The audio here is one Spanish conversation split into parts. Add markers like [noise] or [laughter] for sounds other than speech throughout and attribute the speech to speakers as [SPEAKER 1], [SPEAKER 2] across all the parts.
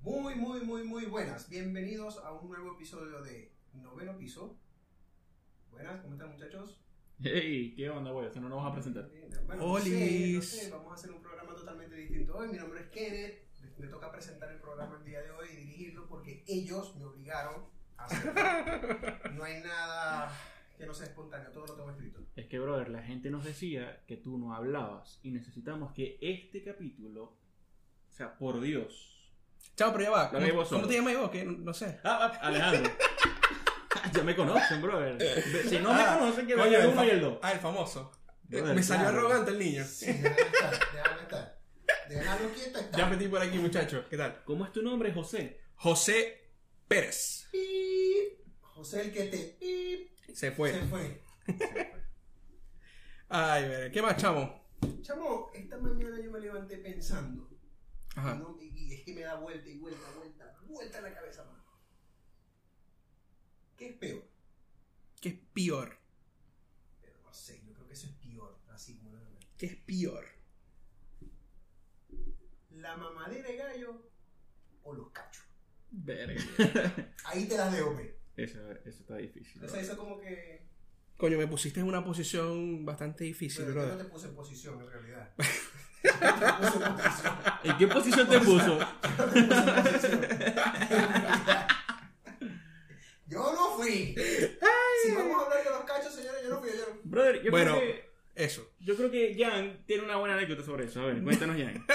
[SPEAKER 1] Muy, muy, muy, muy buenas. Bienvenidos a un nuevo episodio de Noveno Piso. Buenas, ¿cómo están muchachos?
[SPEAKER 2] Hey, ¿qué onda, güey? O sea, no nos vamos a presentar.
[SPEAKER 1] Eh, Bueno, no sé, no sé, vamos a hacer un programa totalmente distinto hoy. Mi nombre es Kenneth. Me- Me toca presentar el programa el día de hoy y dirigirlo porque ellos me obligaron a hacerlo. No hay nada que no sea espontáneo, todo lo tengo escrito.
[SPEAKER 2] Es que, brother, la gente nos decía que tú no hablabas y necesitamos que este capítulo, o sea, por Dios.
[SPEAKER 3] Chao, pero ya va.
[SPEAKER 2] Lo mismo
[SPEAKER 3] ¿Cómo,
[SPEAKER 2] somos.
[SPEAKER 3] ¿Cómo te llamas vos? Que no, no sé.
[SPEAKER 2] Ah, ah, Alejandro. [laughs] ya me conocen, brother. Ve- Si no me
[SPEAKER 3] Ah,
[SPEAKER 2] conocen, que
[SPEAKER 3] coño,
[SPEAKER 2] vaya el
[SPEAKER 3] el
[SPEAKER 2] uno
[SPEAKER 3] fa-
[SPEAKER 2] y el dos.
[SPEAKER 3] Ah, el famoso. Eh,
[SPEAKER 2] Brother,
[SPEAKER 3] me salió
[SPEAKER 2] claro.
[SPEAKER 3] arrogante el niño.
[SPEAKER 1] Sí, déjalo estar, déjalo estar. Déjalo quieto estar.
[SPEAKER 3] Ya metí por aquí, muchachos. ¿Qué tal?
[SPEAKER 2] ¿Cómo es tu nombre, José?
[SPEAKER 3] José Pérez.
[SPEAKER 1] Pip. José el que te pip,
[SPEAKER 3] Se fue.
[SPEAKER 1] se fue.
[SPEAKER 3] Ay, ver, ¿qué más, chamo?
[SPEAKER 1] Chamo, esta mañana yo me levanté pensando.
[SPEAKER 3] Ajá.
[SPEAKER 1] ¿no? Y, y es que me da vuelta y vuelta, vuelta, vuelta la cabeza, mano. ¿Qué es peor?
[SPEAKER 3] ¿Qué es peor?
[SPEAKER 1] Pero no sé, yo creo que eso es peor, así como lo veo.
[SPEAKER 3] ¿Qué es peor?
[SPEAKER 1] ¿La mamadera de gallo o los cachos?
[SPEAKER 2] Verga.
[SPEAKER 1] Ahí te las dejo, güey.
[SPEAKER 2] Eso, eso está difícil.
[SPEAKER 1] O sea, eso como que.
[SPEAKER 3] Coño, me pusiste en una posición bastante difícil,
[SPEAKER 1] Bueno, yo no
[SPEAKER 3] brother.
[SPEAKER 1] te puse en posición, en realidad. Yo te puse en posición.
[SPEAKER 2] ¿En qué posición [laughs] te puso?
[SPEAKER 1] Yo te puse en posición. Yo no fui. Si vamos a hablar de los cachos, señores, yo no fui. Yo no fui.
[SPEAKER 2] Brother, yo
[SPEAKER 3] Bueno.
[SPEAKER 2] creo que...
[SPEAKER 3] Eso.
[SPEAKER 2] Yo creo que Jan tiene una buena anécdota sobre eso. A ver, cuéntanos, [laughs] Jan.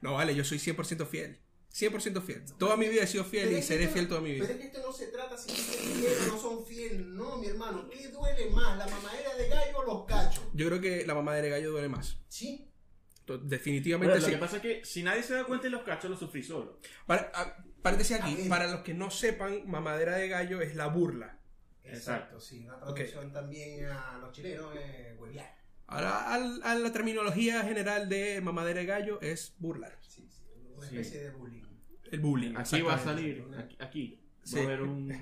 [SPEAKER 3] No, vale, yo soy 100% fiel. 100% fiel. Toda mi vida he sido fiel
[SPEAKER 1] Pero
[SPEAKER 3] y
[SPEAKER 1] es que
[SPEAKER 3] seré
[SPEAKER 1] esto-
[SPEAKER 3] fiel toda mi vida.
[SPEAKER 1] Pero es que esto no se trata si son fieles o no son fieles. No, mi hermano. ¿Qué duele más, la mamadera de gallo o los cachos?
[SPEAKER 3] Yo creo que la mamá de gallo duele más.
[SPEAKER 1] Sí.
[SPEAKER 3] To-
[SPEAKER 2] Pero
[SPEAKER 3] Definitivamente
[SPEAKER 2] lo
[SPEAKER 3] sí.
[SPEAKER 2] que pasa es que si nadie se da cuenta de los cachos, los sufrí solo.
[SPEAKER 3] Para, a- paréntesis
[SPEAKER 1] A
[SPEAKER 3] aquí,
[SPEAKER 1] ver.
[SPEAKER 3] para los que no sepan, mamadera de gallo es la burla.
[SPEAKER 1] Exacto, sí. Una traducción también a los chilenos es huevear.
[SPEAKER 3] Ahora, al- a la terminología general de mamadera de gallo es burlar.
[SPEAKER 1] Sí, sí. Una
[SPEAKER 2] Sí.
[SPEAKER 1] especie de bullying.
[SPEAKER 3] El bullying.
[SPEAKER 2] Aquí va a
[SPEAKER 3] exactamente.
[SPEAKER 2] salir, aquí, aquí
[SPEAKER 3] Sí.
[SPEAKER 2] va a haber un...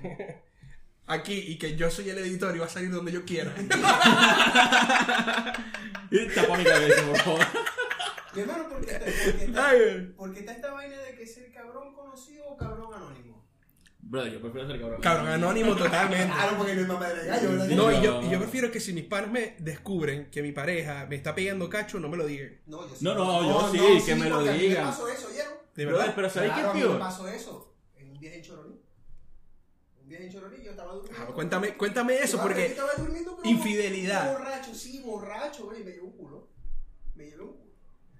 [SPEAKER 3] Aquí, y que yo soy el editor y va a salir donde yo [laughs] quiera.
[SPEAKER 2] Tapa mi cabeza, por favor.
[SPEAKER 1] Mi hermano, ¿por qué está, por qué está-
[SPEAKER 3] Ay,
[SPEAKER 1] por qué está esta vaina de que ser cabrón conocido o cabrón anónimo?
[SPEAKER 2] Brother, yo prefiero ser cabrón.
[SPEAKER 3] Cabrón, anónimo [laughs] totalmente.
[SPEAKER 2] Ah,
[SPEAKER 1] porque yo es mamadera de gallo,
[SPEAKER 2] ¿verdad?
[SPEAKER 3] No, y yo, y yo prefiero que si mis panas me descubren que mi pareja me está pegando cacho, no me lo digan.
[SPEAKER 1] No, yo sí.
[SPEAKER 2] No, no, yo sí, que me lo
[SPEAKER 1] porque a mí
[SPEAKER 2] digan.
[SPEAKER 1] Me pasó eso, ¿vieron?
[SPEAKER 3] De
[SPEAKER 2] Brother,
[SPEAKER 3] verdad.
[SPEAKER 2] pero ¿sabéis
[SPEAKER 1] Claro, a
[SPEAKER 2] qué
[SPEAKER 1] mí
[SPEAKER 2] es peor?
[SPEAKER 1] me pasó eso en un viaje en Choroní. Un viaje en Choroní, yo estaba durmiendo.
[SPEAKER 3] Ah, cuéntame, cuéntame eso,
[SPEAKER 1] Claro, yo
[SPEAKER 3] porque
[SPEAKER 1] estaba durmiendo, pero
[SPEAKER 3] infidelidad.
[SPEAKER 1] Borracho, sí, borracho, güey, me llevó un culo. Me llevó un culo.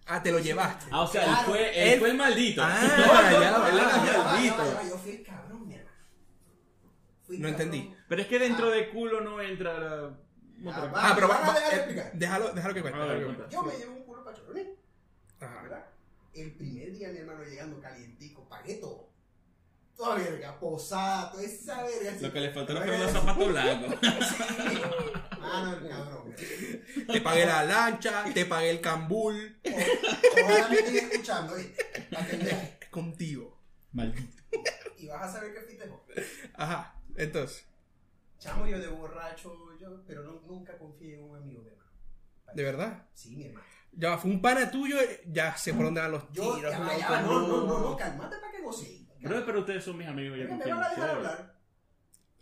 [SPEAKER 3] ah, te lo llevaste.
[SPEAKER 2] Ah, o sea, él,
[SPEAKER 1] Claro,
[SPEAKER 2] fue, él,
[SPEAKER 3] él-
[SPEAKER 2] fue el maldito.
[SPEAKER 3] Ah,
[SPEAKER 2] [laughs] No, no,
[SPEAKER 3] ya,
[SPEAKER 2] no, él
[SPEAKER 3] ya,
[SPEAKER 2] era
[SPEAKER 1] Ah, Ya va, ya
[SPEAKER 2] maldito.
[SPEAKER 1] va, ya va, Yo fui el cabrón, mi hermano. Fui el
[SPEAKER 3] No
[SPEAKER 1] cabrón.
[SPEAKER 3] entendí.
[SPEAKER 2] Pero es que dentro de culo no entra la... otra-
[SPEAKER 1] va.
[SPEAKER 3] Ah, pero va,
[SPEAKER 1] Ahora
[SPEAKER 3] va-
[SPEAKER 1] déjalo
[SPEAKER 3] eh,
[SPEAKER 1] explicar.
[SPEAKER 3] déjalo, déjalo que cuente.
[SPEAKER 2] A ver,
[SPEAKER 3] déjalo que
[SPEAKER 2] cuenta.
[SPEAKER 3] cuente.
[SPEAKER 1] Yo me llevé un culo para Choroní,
[SPEAKER 3] Ajá.
[SPEAKER 1] ¿verdad? El primer día, mi hermano, llegando calientico, pagué todo. Toda verga, posada, toda esa verga. así.
[SPEAKER 2] Lo que le faltaron fueron los zapatos blancos.
[SPEAKER 1] Sí. Mano, el cabrón.
[SPEAKER 3] [laughs] Te pagué la lancha, te pagué el cambul.
[SPEAKER 1] Ahora me estoy escuchando, ¿eh? Para que veas.
[SPEAKER 3] Es contigo.
[SPEAKER 2] Maldito.
[SPEAKER 1] Y vas a saber que fuiste vos.
[SPEAKER 3] Ajá. Entonces,
[SPEAKER 1] Chamo yo de borracho, yo, pero no- nunca confié en un amigo de hermano.
[SPEAKER 3] de verdad.
[SPEAKER 1] Sí, mi hermano.
[SPEAKER 3] Ya va, fue un pana tuyo, eh, ya sé por dónde van los
[SPEAKER 1] Yo,
[SPEAKER 3] tiros.
[SPEAKER 1] ya
[SPEAKER 3] no,
[SPEAKER 1] va, ya va, no,
[SPEAKER 3] no.
[SPEAKER 1] no, no, no, calmate para que goce.
[SPEAKER 2] Brother, pero ustedes son mis amigos. yo
[SPEAKER 1] Venga, me
[SPEAKER 2] confío en
[SPEAKER 1] van a dejar
[SPEAKER 2] ustedes.
[SPEAKER 1] hablar.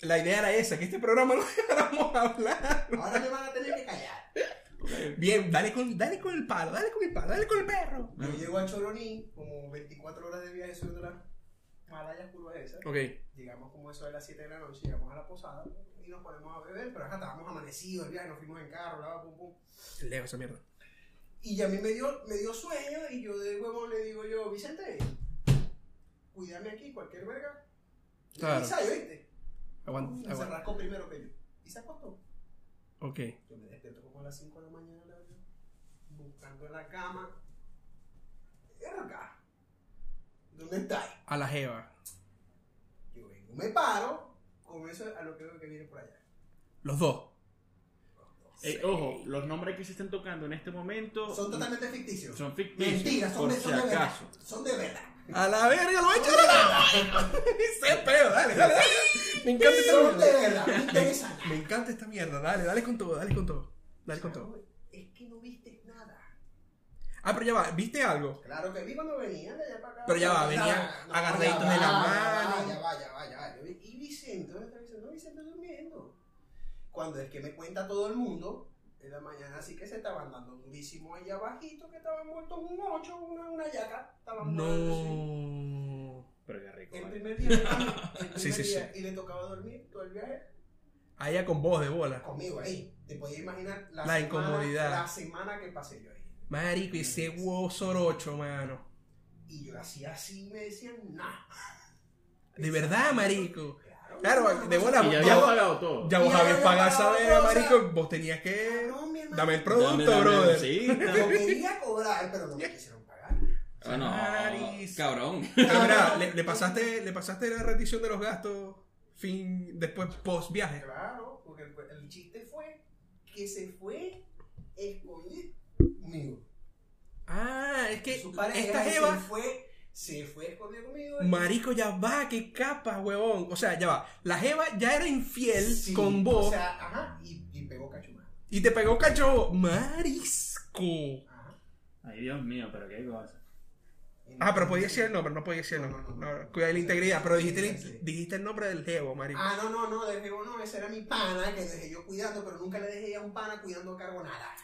[SPEAKER 3] La idea era esa, que este programa lo dejáramos hablar.
[SPEAKER 1] Ahora me van a tener que callar.
[SPEAKER 3] Bien, dale con, dale con el palo, dale con el palo, dale con el perro.
[SPEAKER 1] Yo llego a Choroní, como 24 horas de viaje subiendo las malayas curvas esas.
[SPEAKER 3] Ok.
[SPEAKER 1] Llegamos como eso de las 7 de la noche, llegamos a la posada y nos ponemos a beber, pero acá estábamos amanecidos el viaje, nos fuimos en carro, la pum pum.
[SPEAKER 3] Lejos esa mierda.
[SPEAKER 1] Y ya a mí me dio, me dio sueño y yo de huevón le digo yo, Vicente, cuídame aquí, cualquier verga.
[SPEAKER 3] Claro. eh,
[SPEAKER 1] Y salió, ¿viste?
[SPEAKER 3] Aguanta,
[SPEAKER 1] Se
[SPEAKER 3] aguanta.
[SPEAKER 1] rascó primero que yo. Y se acostó.
[SPEAKER 3] Ok.
[SPEAKER 1] Yo me despierto como a las 5 de la mañana, la verdad, buscando en la cama. Verga. ¿Dónde estáis?
[SPEAKER 3] A la jeva.
[SPEAKER 1] Yo vengo, me paro, comienzo a lo que veo que viene por allá.
[SPEAKER 3] Los dos.
[SPEAKER 2] Ey, Eh, ojo, los nombres que se están tocando en este momento
[SPEAKER 1] Son totalmente ficticios.
[SPEAKER 2] son ficticios.
[SPEAKER 1] Mentiras, son,
[SPEAKER 2] por
[SPEAKER 1] de,
[SPEAKER 2] si
[SPEAKER 1] son de verdad.
[SPEAKER 2] acaso.
[SPEAKER 1] Son de verdad.
[SPEAKER 3] A la verga, lo voy a echar a la Ese peo, dale, dale, dale. Me encanta esta
[SPEAKER 1] Son de
[SPEAKER 3] mierda.
[SPEAKER 1] verdad. me interesan.
[SPEAKER 3] Me encanta esta mierda. Dale, dale con todo, dale con todo. Dale con todo.
[SPEAKER 1] Es que no viste nada.
[SPEAKER 3] Ah, pero ya va, ¿viste algo?
[SPEAKER 1] Claro que vi cuando venía de allá para acá.
[SPEAKER 3] Pero ya va,
[SPEAKER 1] O sea,
[SPEAKER 3] venía
[SPEAKER 1] no,
[SPEAKER 3] agarraditos
[SPEAKER 1] ya va,
[SPEAKER 4] de la
[SPEAKER 3] mano.
[SPEAKER 1] Ya va, ya va, ya va. Yo vi- Y Vicente, ¿dónde está Vicente? No, Vicente durmiendo. Cuando es que me cuenta todo el mundo, en la mañana así que se estaban dando durísimo allá abajito, que estaban muertos un ocho, una, una yaca. Estaban muertos. sí.
[SPEAKER 3] No.
[SPEAKER 2] Pero qué rico.
[SPEAKER 1] El
[SPEAKER 2] vale.
[SPEAKER 1] primer día, el
[SPEAKER 3] [laughs]
[SPEAKER 1] primer
[SPEAKER 3] Sí, sí,
[SPEAKER 1] día, y le tocaba dormir todo el viaje
[SPEAKER 3] Ah, ella con voz de bola.
[SPEAKER 1] conmigo ahí. Te podías imaginar la,
[SPEAKER 3] La
[SPEAKER 1] semana-
[SPEAKER 3] incomodidad.
[SPEAKER 1] La semana que pasé yo ahí.
[SPEAKER 3] Marico, ese huevo sorocho, mano.
[SPEAKER 1] Y yo hacía así y me decían, nah.
[SPEAKER 3] De verdad, marico.
[SPEAKER 1] Claro,
[SPEAKER 3] Claro, de bola. pues,
[SPEAKER 2] Y ya
[SPEAKER 3] Ya,
[SPEAKER 2] habías pagado todo.
[SPEAKER 3] ya vos
[SPEAKER 1] Ya
[SPEAKER 3] habías
[SPEAKER 1] había
[SPEAKER 3] pagado esa
[SPEAKER 1] pagado
[SPEAKER 3] verga,
[SPEAKER 1] todo, o sea,
[SPEAKER 3] marico. Vos tenías que.
[SPEAKER 1] Claro, mi hermano.
[SPEAKER 3] Dame el
[SPEAKER 2] Dame,
[SPEAKER 3] producto,
[SPEAKER 2] dame,
[SPEAKER 3] brother.
[SPEAKER 2] Sí.
[SPEAKER 1] Yo quería cobrar, pero no me quisieron pagar.
[SPEAKER 4] Bueno,
[SPEAKER 3] Maris.
[SPEAKER 4] cabrón.
[SPEAKER 3] Pero mira, le, le pasaste, le pasaste la rendición de los gastos fin, después post viaje.
[SPEAKER 1] Claro, porque el, el chiste fue que se fue escondido. Mío.
[SPEAKER 3] Ah, es que
[SPEAKER 1] Su pareja
[SPEAKER 3] esta
[SPEAKER 1] y
[SPEAKER 3] jeva,
[SPEAKER 1] se fue, se fue escondido conmigo. y-
[SPEAKER 3] marico, ya va, qué capa, huevón. O sea, ya va. La jeva ya era infiel
[SPEAKER 1] Sí,
[SPEAKER 3] con vos
[SPEAKER 1] O sea, ajá, y, y pegó cachumá.
[SPEAKER 3] y te pegó cacho, marisco.
[SPEAKER 1] Ajá.
[SPEAKER 2] Ay, Dios mío, pero qué cosa.
[SPEAKER 1] Y
[SPEAKER 3] Ah, pero
[SPEAKER 1] no-
[SPEAKER 3] podía decir el nombre, no podía decir
[SPEAKER 1] No,
[SPEAKER 3] el nombre.
[SPEAKER 1] no, no.
[SPEAKER 3] No, cuidado de la integridad, pero dijiste,
[SPEAKER 1] Sí.
[SPEAKER 3] el, dijiste el nombre del jevo, marico.
[SPEAKER 1] Ah, no, no, no, desde no, ese era mi pana que dejé yo cuidando, pero nunca le dejé a un pana cuidando carbonada.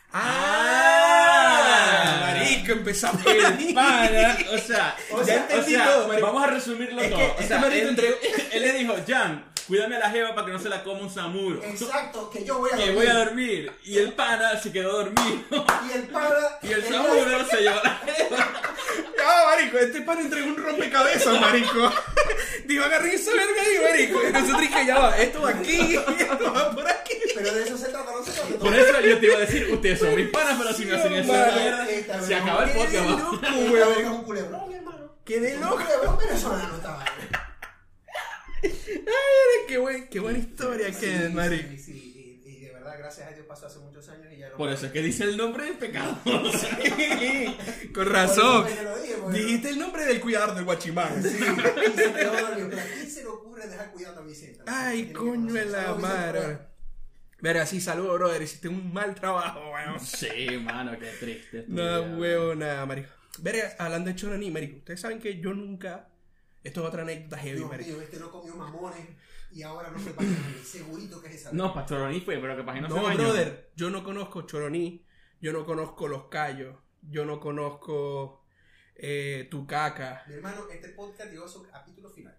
[SPEAKER 3] ¡Ah!
[SPEAKER 2] Ah.
[SPEAKER 3] Marico, empezamos por ahí.
[SPEAKER 2] El pana, o
[SPEAKER 3] [laughs]
[SPEAKER 2] sea,
[SPEAKER 3] O
[SPEAKER 2] ya
[SPEAKER 3] sea,
[SPEAKER 2] entendí
[SPEAKER 3] o sea,
[SPEAKER 2] todo.
[SPEAKER 3] marico.
[SPEAKER 2] Vamos a resumirlo
[SPEAKER 3] Es que
[SPEAKER 2] todo.
[SPEAKER 3] este
[SPEAKER 2] o sea,
[SPEAKER 3] marico
[SPEAKER 2] él,
[SPEAKER 3] entregó-
[SPEAKER 2] [laughs] él le dijo, Jan, cuídame a la jeva para que no se la coma un samuro.
[SPEAKER 1] Exacto, que yo voy a
[SPEAKER 2] [laughs] Que
[SPEAKER 1] dormir.
[SPEAKER 2] voy a dormir. Y el pana se quedó dormido. [laughs]
[SPEAKER 1] Y el pana.
[SPEAKER 2] Y el samuro se llevó la jeva.
[SPEAKER 3] No, marico, este pan entregó un rompecabezas,
[SPEAKER 2] [laughs]
[SPEAKER 3] marico. Digo, agarré esa verga ahí, marico. Y nosotros dije, ya va, esto va aquí, [laughs] esto va por aquí.
[SPEAKER 1] Pero de eso se trata, no se trata.
[SPEAKER 2] Por eso yo te iba a decir, ustedes son mis panas, pero si me hacen esa
[SPEAKER 3] Mano,
[SPEAKER 2] mierda, se acaba el
[SPEAKER 3] Qué de
[SPEAKER 2] podcast. va.
[SPEAKER 1] Esta
[SPEAKER 3] loco,
[SPEAKER 1] verga es
[SPEAKER 3] weón.
[SPEAKER 1] un culebrón, mi hermano.
[SPEAKER 3] Qué de
[SPEAKER 1] Un
[SPEAKER 3] loco.
[SPEAKER 1] culebrón venezolano esta vaina.
[SPEAKER 3] Qué, buen- qué buena historia
[SPEAKER 1] Sí,
[SPEAKER 3] que es, marico.
[SPEAKER 1] sí, sí, y, y de verdad, gracias a Dios pasó hace muchos años y ya no.
[SPEAKER 2] Por eso es que dice el nombre del
[SPEAKER 3] [laughs]
[SPEAKER 2] pecado.
[SPEAKER 3] Con
[SPEAKER 1] Por eso
[SPEAKER 3] razón.
[SPEAKER 1] fue que lo dije, porque-
[SPEAKER 3] Dijiste el nombre del cuidador del guachimán.
[SPEAKER 1] Sí, y se quedó dormido. Pero ¿a quién se le ocurre dejar cuidando a Vicente?
[SPEAKER 3] Ay,
[SPEAKER 1] Tiene que
[SPEAKER 3] coño de
[SPEAKER 1] conocer.
[SPEAKER 3] la
[SPEAKER 1] Saludos, Vicente,
[SPEAKER 3] madre.
[SPEAKER 1] brother.
[SPEAKER 3] Verga, sí, saludo, brother. Hiciste un mal trabajo, weón.
[SPEAKER 2] Sí, mano, qué triste. tu
[SPEAKER 3] No,
[SPEAKER 2] vida.
[SPEAKER 3] huevo, nada, marico. Verga, hablando de Chonani, marico, ustedes saben que yo nunca. Esto es otra anécdota heavy,
[SPEAKER 1] Dios
[SPEAKER 3] marico.
[SPEAKER 1] mío, este no comió mamones y ahora
[SPEAKER 2] [coughs]
[SPEAKER 1] no se para nada. Segurito que es esa.
[SPEAKER 2] No, Pastoroni fue, pero capaz que no,
[SPEAKER 3] No,
[SPEAKER 2] se bañó.
[SPEAKER 3] brother, yo no conozco Choroní, yo no conozco Los Cayos, yo no conozco eh, Tucaca.
[SPEAKER 1] Mi hermano, este podcast llegó a su capítulo final.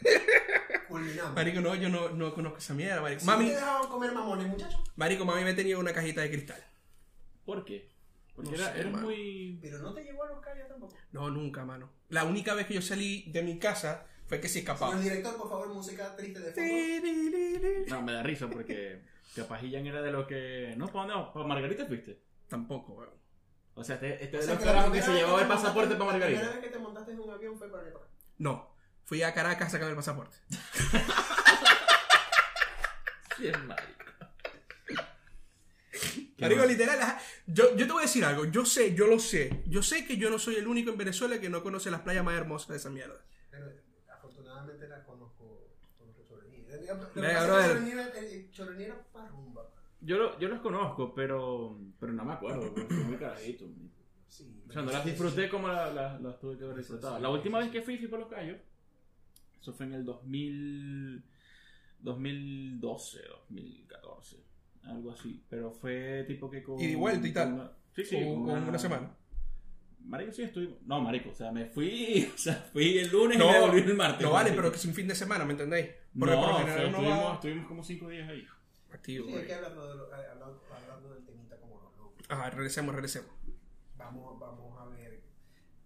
[SPEAKER 2] [laughs]
[SPEAKER 1] Culminamos.
[SPEAKER 3] Marico, no, yo no, no conozco esa mierda, marico.
[SPEAKER 1] ¿Sí
[SPEAKER 3] Mami,
[SPEAKER 1] te dejaban comer mamones, muchachos?
[SPEAKER 3] marico, mami me tenía una cajita de cristal.
[SPEAKER 2] ¿Por qué? Porque
[SPEAKER 3] No
[SPEAKER 2] era,
[SPEAKER 3] sé,
[SPEAKER 2] eres
[SPEAKER 3] mano.
[SPEAKER 2] muy.
[SPEAKER 1] Pero no te llegó a los calles tampoco.
[SPEAKER 3] No, nunca, mano. La única vez que yo salí de mi casa fue que se escapaba.
[SPEAKER 1] Señor director, por favor, música triste de fondo.
[SPEAKER 3] Tiririri.
[SPEAKER 2] No, me da risa porque capaz Ian era de los que. No, ¿para dónde? vamos? ¿Para Margarita fuiste?
[SPEAKER 3] Tampoco, weón.
[SPEAKER 2] O sea, este, este
[SPEAKER 1] O
[SPEAKER 2] de
[SPEAKER 1] sea,
[SPEAKER 2] los
[SPEAKER 1] la
[SPEAKER 2] carajos que
[SPEAKER 1] primera
[SPEAKER 2] se
[SPEAKER 1] vez
[SPEAKER 2] llevaba
[SPEAKER 1] te
[SPEAKER 2] el pasaporte para
[SPEAKER 1] montaste- La primera
[SPEAKER 2] Margarita.
[SPEAKER 1] vez que te montaste en un avión fue para acá.
[SPEAKER 3] No, fui a Caracas a sacar el pasaporte.
[SPEAKER 2] Sí, es marico. Qué
[SPEAKER 3] Marico,
[SPEAKER 2] mal.
[SPEAKER 3] literal, ajá. yo, yo te voy a decir algo, yo sé, yo lo sé, yo sé que yo no soy el único en Venezuela que no conoce las playas más hermosas de esa mierda.
[SPEAKER 1] Pero eh, afortunadamente la conozco. Conozco Choroní.
[SPEAKER 3] Venga, brother.
[SPEAKER 1] Choroní era eh, para rumba. pues.
[SPEAKER 2] Yo, lo- yo los conozco, pero, pero no me acuerdo. porque soy muy carajito.
[SPEAKER 1] Sí.
[SPEAKER 2] O sea, no las disfruté como la- la- las tuve que haber disfrutado. La última vez que fui, fui por los callos. Eso fue en el 2000, 2012, 2014, algo así. Pero fue tipo que con.
[SPEAKER 3] Ida y vuelta y tal.
[SPEAKER 2] con una- sí, sí. Ah.
[SPEAKER 3] Con- con una semana.
[SPEAKER 2] Marico, sí, estuve. No, Marico, o sea, me fui. [laughs] O sea, fui el lunes y me
[SPEAKER 3] No,
[SPEAKER 2] volví el martes.
[SPEAKER 3] no vale,
[SPEAKER 2] marico.
[SPEAKER 3] pero que es un fin de semana, ¿me entendéis?
[SPEAKER 2] Ah, No,
[SPEAKER 3] Porque por lo
[SPEAKER 2] o sea,
[SPEAKER 3] general uno
[SPEAKER 2] estuvimos,
[SPEAKER 3] va
[SPEAKER 2] estuvimos como cinco días ahí.
[SPEAKER 3] activo.
[SPEAKER 1] Sí,
[SPEAKER 3] güey.
[SPEAKER 1] aquí hablando, de lo- eh, hablando, hablando del temita como los locos.
[SPEAKER 3] Ajá, regresemos, regresemos.
[SPEAKER 1] Vamos, vamos a ver.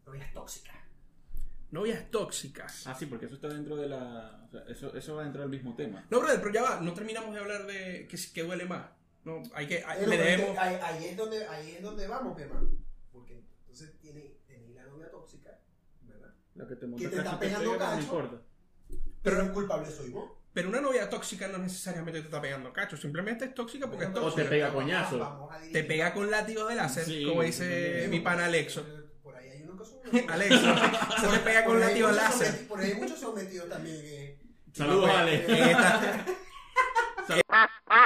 [SPEAKER 1] Novias tóxicas.
[SPEAKER 3] Novias tóxicas.
[SPEAKER 2] Ah, sí, porque eso está dentro de la. o sea, eso, eso va dentro del mismo tema.
[SPEAKER 3] No, brother, pero ya va, no terminamos de hablar de que, que duele más. No, hay que, hay-
[SPEAKER 1] Pero
[SPEAKER 3] le
[SPEAKER 1] porque
[SPEAKER 3] debemos...
[SPEAKER 1] ahí, ahí es donde, ahí es donde vamos, mi hermano. Porque entonces tiene, tiene la novia tóxica, ¿verdad?
[SPEAKER 2] Lo que te
[SPEAKER 1] Que
[SPEAKER 2] monta
[SPEAKER 1] te
[SPEAKER 2] cacho,
[SPEAKER 1] está
[SPEAKER 2] te
[SPEAKER 1] pegando
[SPEAKER 2] pega,
[SPEAKER 1] cacho.
[SPEAKER 2] No importa.
[SPEAKER 1] Pero el culpable soy vos.
[SPEAKER 3] Pero una novia tóxica no necesariamente te está pegando, cacho, simplemente es tóxica porque es
[SPEAKER 2] O
[SPEAKER 3] tóxica.
[SPEAKER 2] te pega coñazo.
[SPEAKER 1] Vamos a dirigir.
[SPEAKER 3] Te pega con látigos de láser,
[SPEAKER 2] Sí,
[SPEAKER 3] como
[SPEAKER 2] sí,
[SPEAKER 3] dice
[SPEAKER 2] sí, sí.
[SPEAKER 3] mi pana Alexo.
[SPEAKER 1] Por ahí hay uno que
[SPEAKER 3] [laughs]
[SPEAKER 1] son.
[SPEAKER 3] Alexo, se te pega con
[SPEAKER 1] Por ahí
[SPEAKER 3] látigos
[SPEAKER 1] muchos son
[SPEAKER 3] láser.
[SPEAKER 1] meti- Por ahí muchos son metidos también. eh.
[SPEAKER 2] Saludos, Ale.
[SPEAKER 3] En esta.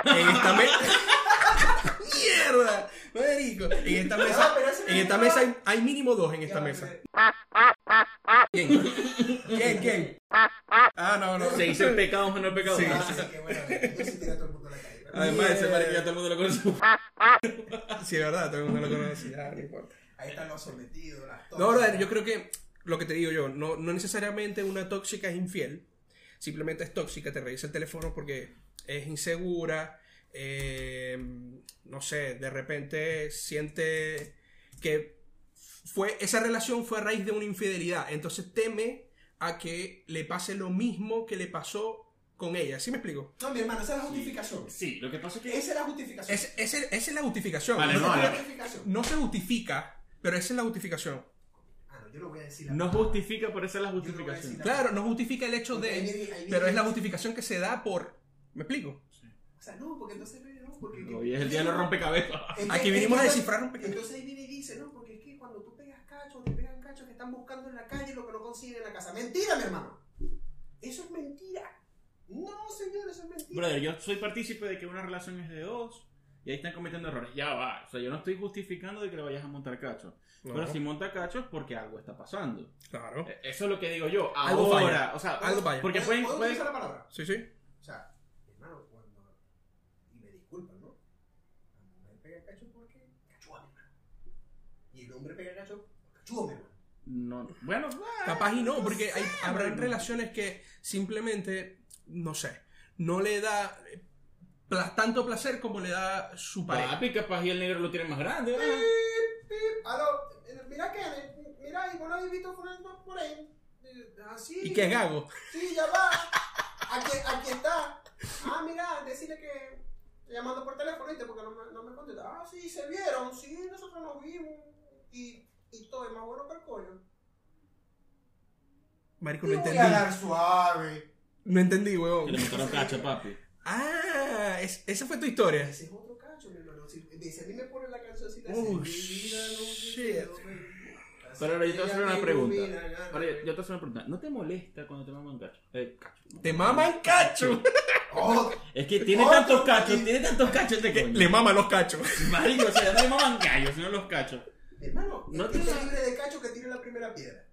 [SPEAKER 3] en esta me- [laughs] ¡Mierda! Marico. En esta mesa,
[SPEAKER 1] Ah, pero ese
[SPEAKER 3] en esta
[SPEAKER 1] mismo-
[SPEAKER 3] mesa hay, hay mínimo dos en esta
[SPEAKER 1] Ya,
[SPEAKER 3] mesa.
[SPEAKER 1] pero-
[SPEAKER 3] ¿Quién? ¿Quién? ¿Quién? Ah, no, no.
[SPEAKER 2] [laughs] Se dice el pecado o no el pecado.
[SPEAKER 3] Sí.
[SPEAKER 1] Ah, sí, que bueno, yo sí tiré a todo el mundo a la calle. ¿verdad?
[SPEAKER 3] Además, ese marico ya todo
[SPEAKER 2] el mundo lo conoce.
[SPEAKER 3] Sí, es verdad, todo el mundo lo conoce. Ya, no importa.
[SPEAKER 1] Ahí están los sometidos, las
[SPEAKER 3] No,
[SPEAKER 1] tomas.
[SPEAKER 3] brother, yo creo que lo que te digo yo, no, no necesariamente una tóxica es infiel, simplemente es tóxica, te revisa el teléfono porque es insegura, eh, no sé, de repente siente que fue, esa relación fue a raíz de una infidelidad, entonces teme a que le pase lo mismo que le pasó con ella, ¿sí me explico?
[SPEAKER 1] No, mi hermano, esa es la justificación.
[SPEAKER 2] Sí, lo que pasa es que.
[SPEAKER 1] Esa es la justificación.
[SPEAKER 3] Es- ese- Esa es la justificación.
[SPEAKER 2] Vale,
[SPEAKER 3] no,
[SPEAKER 2] no,
[SPEAKER 3] te-
[SPEAKER 1] la
[SPEAKER 2] la-
[SPEAKER 1] justificación.
[SPEAKER 3] no se justifica, pero esa es la justificación.
[SPEAKER 1] Ah, no, yo no voy a decir la
[SPEAKER 2] No justifica, pero esa es la justificación.
[SPEAKER 3] Claro, no justifica el hecho
[SPEAKER 1] Porque
[SPEAKER 3] de...
[SPEAKER 1] ahí viene- ahí
[SPEAKER 3] Pero
[SPEAKER 1] viene-
[SPEAKER 3] es la justificación que se da por. ¿Me explico?
[SPEAKER 1] O sea, no, porque entonces no, porque
[SPEAKER 2] Hoy es el día de los rompecabezas.
[SPEAKER 1] [laughs] Es que-
[SPEAKER 3] Aquí
[SPEAKER 1] es
[SPEAKER 3] vinimos
[SPEAKER 1] que
[SPEAKER 3] a
[SPEAKER 1] entonces-
[SPEAKER 3] descifrar un pecado.
[SPEAKER 1] Entonces ahí viene y dice, no, porque es que cuando tú pegas cachos, te pegan cachos que están buscando en la calle lo que no consiguen en la casa. Mentira, mi hermano. Eso es mentira. No, señor, eso es mentira.
[SPEAKER 2] Brother, yo soy partícipe de que una relación es de dos y ahí están cometiendo errores. Ya va. O sea, yo no estoy justificando de que le vayas a montar cacho. Pero si monta cacho es porque algo está pasando.
[SPEAKER 3] Claro.
[SPEAKER 2] Eh, Eso es lo que digo yo.
[SPEAKER 3] Algo falla.
[SPEAKER 2] Ahora, o sea,
[SPEAKER 3] algo vaya.
[SPEAKER 2] porque
[SPEAKER 1] ¿Puedo-
[SPEAKER 2] pueden-
[SPEAKER 1] ¿Puedo
[SPEAKER 2] pueden-
[SPEAKER 1] utilizar la palabra?
[SPEAKER 3] Sí, sí.
[SPEAKER 1] O sea, mi hermano, cuando... Y me disculpan, ¿no? La mujer pega cachos porque cachúa, mi hermano. Y el hombre pega cachos porque cachúa, mi hermano.
[SPEAKER 2] no, bueno, ah,
[SPEAKER 3] Capaz y no, porque hay,
[SPEAKER 2] sé,
[SPEAKER 1] Ah,
[SPEAKER 3] habrán
[SPEAKER 2] mano.
[SPEAKER 3] relaciones que simplemente, no sé, no le da eh, pla- tanto placer como le da su pareja.
[SPEAKER 2] ah, Papi, capaz y el negro lo tiene más grande. ¿verdad?
[SPEAKER 1] Pip, pip, aló, eh, mira que, mira, y vos lo habéis visto por ahí, por ahí. Eh, Así.
[SPEAKER 3] ¿Y qué gago?
[SPEAKER 1] Sí, ya va. Aquí, aquí está. Ah, mira, decirle que llamando por teléfono, ¿viste? Porque no me, no me contesta. Ah, sí, se vieron, sí, nosotros nos vimos. Y, y todo es más bueno que el coño.
[SPEAKER 3] Marico, no
[SPEAKER 1] Yo
[SPEAKER 3] entendí.
[SPEAKER 1] suave.
[SPEAKER 3] No entendí,
[SPEAKER 2] Que Le
[SPEAKER 3] huevón.
[SPEAKER 2] montaron cacho, papi.
[SPEAKER 3] Ah, es- esa fue tu historia.
[SPEAKER 1] Ese es otro cacho, mi hermano. Si, si a mí me ponen la cancioncita
[SPEAKER 3] Oh,
[SPEAKER 1] así, mi vida no me
[SPEAKER 3] shit.
[SPEAKER 1] quedó, mi-
[SPEAKER 2] Pero ahora yo te voy a hacer una pregunta.
[SPEAKER 1] Mira, gana.
[SPEAKER 2] Ahora, yo te voy a hacer una pregunta. ¿No te molesta cuando te maman cacho? Eh, cacho.
[SPEAKER 3] Te maman cacho.
[SPEAKER 1] Oh,
[SPEAKER 2] Es que tiene
[SPEAKER 1] Otro
[SPEAKER 2] tantos cachos,
[SPEAKER 1] país.
[SPEAKER 2] tiene tantos cachos este
[SPEAKER 3] Que
[SPEAKER 2] coño.
[SPEAKER 3] le maman los cachos.
[SPEAKER 2] Marico, o sea, no le maman gallos, sino los cachos.
[SPEAKER 1] mi hermano,
[SPEAKER 2] No
[SPEAKER 1] no
[SPEAKER 2] te
[SPEAKER 1] te
[SPEAKER 2] da-
[SPEAKER 1] libre de cacho que tire la primera piedra.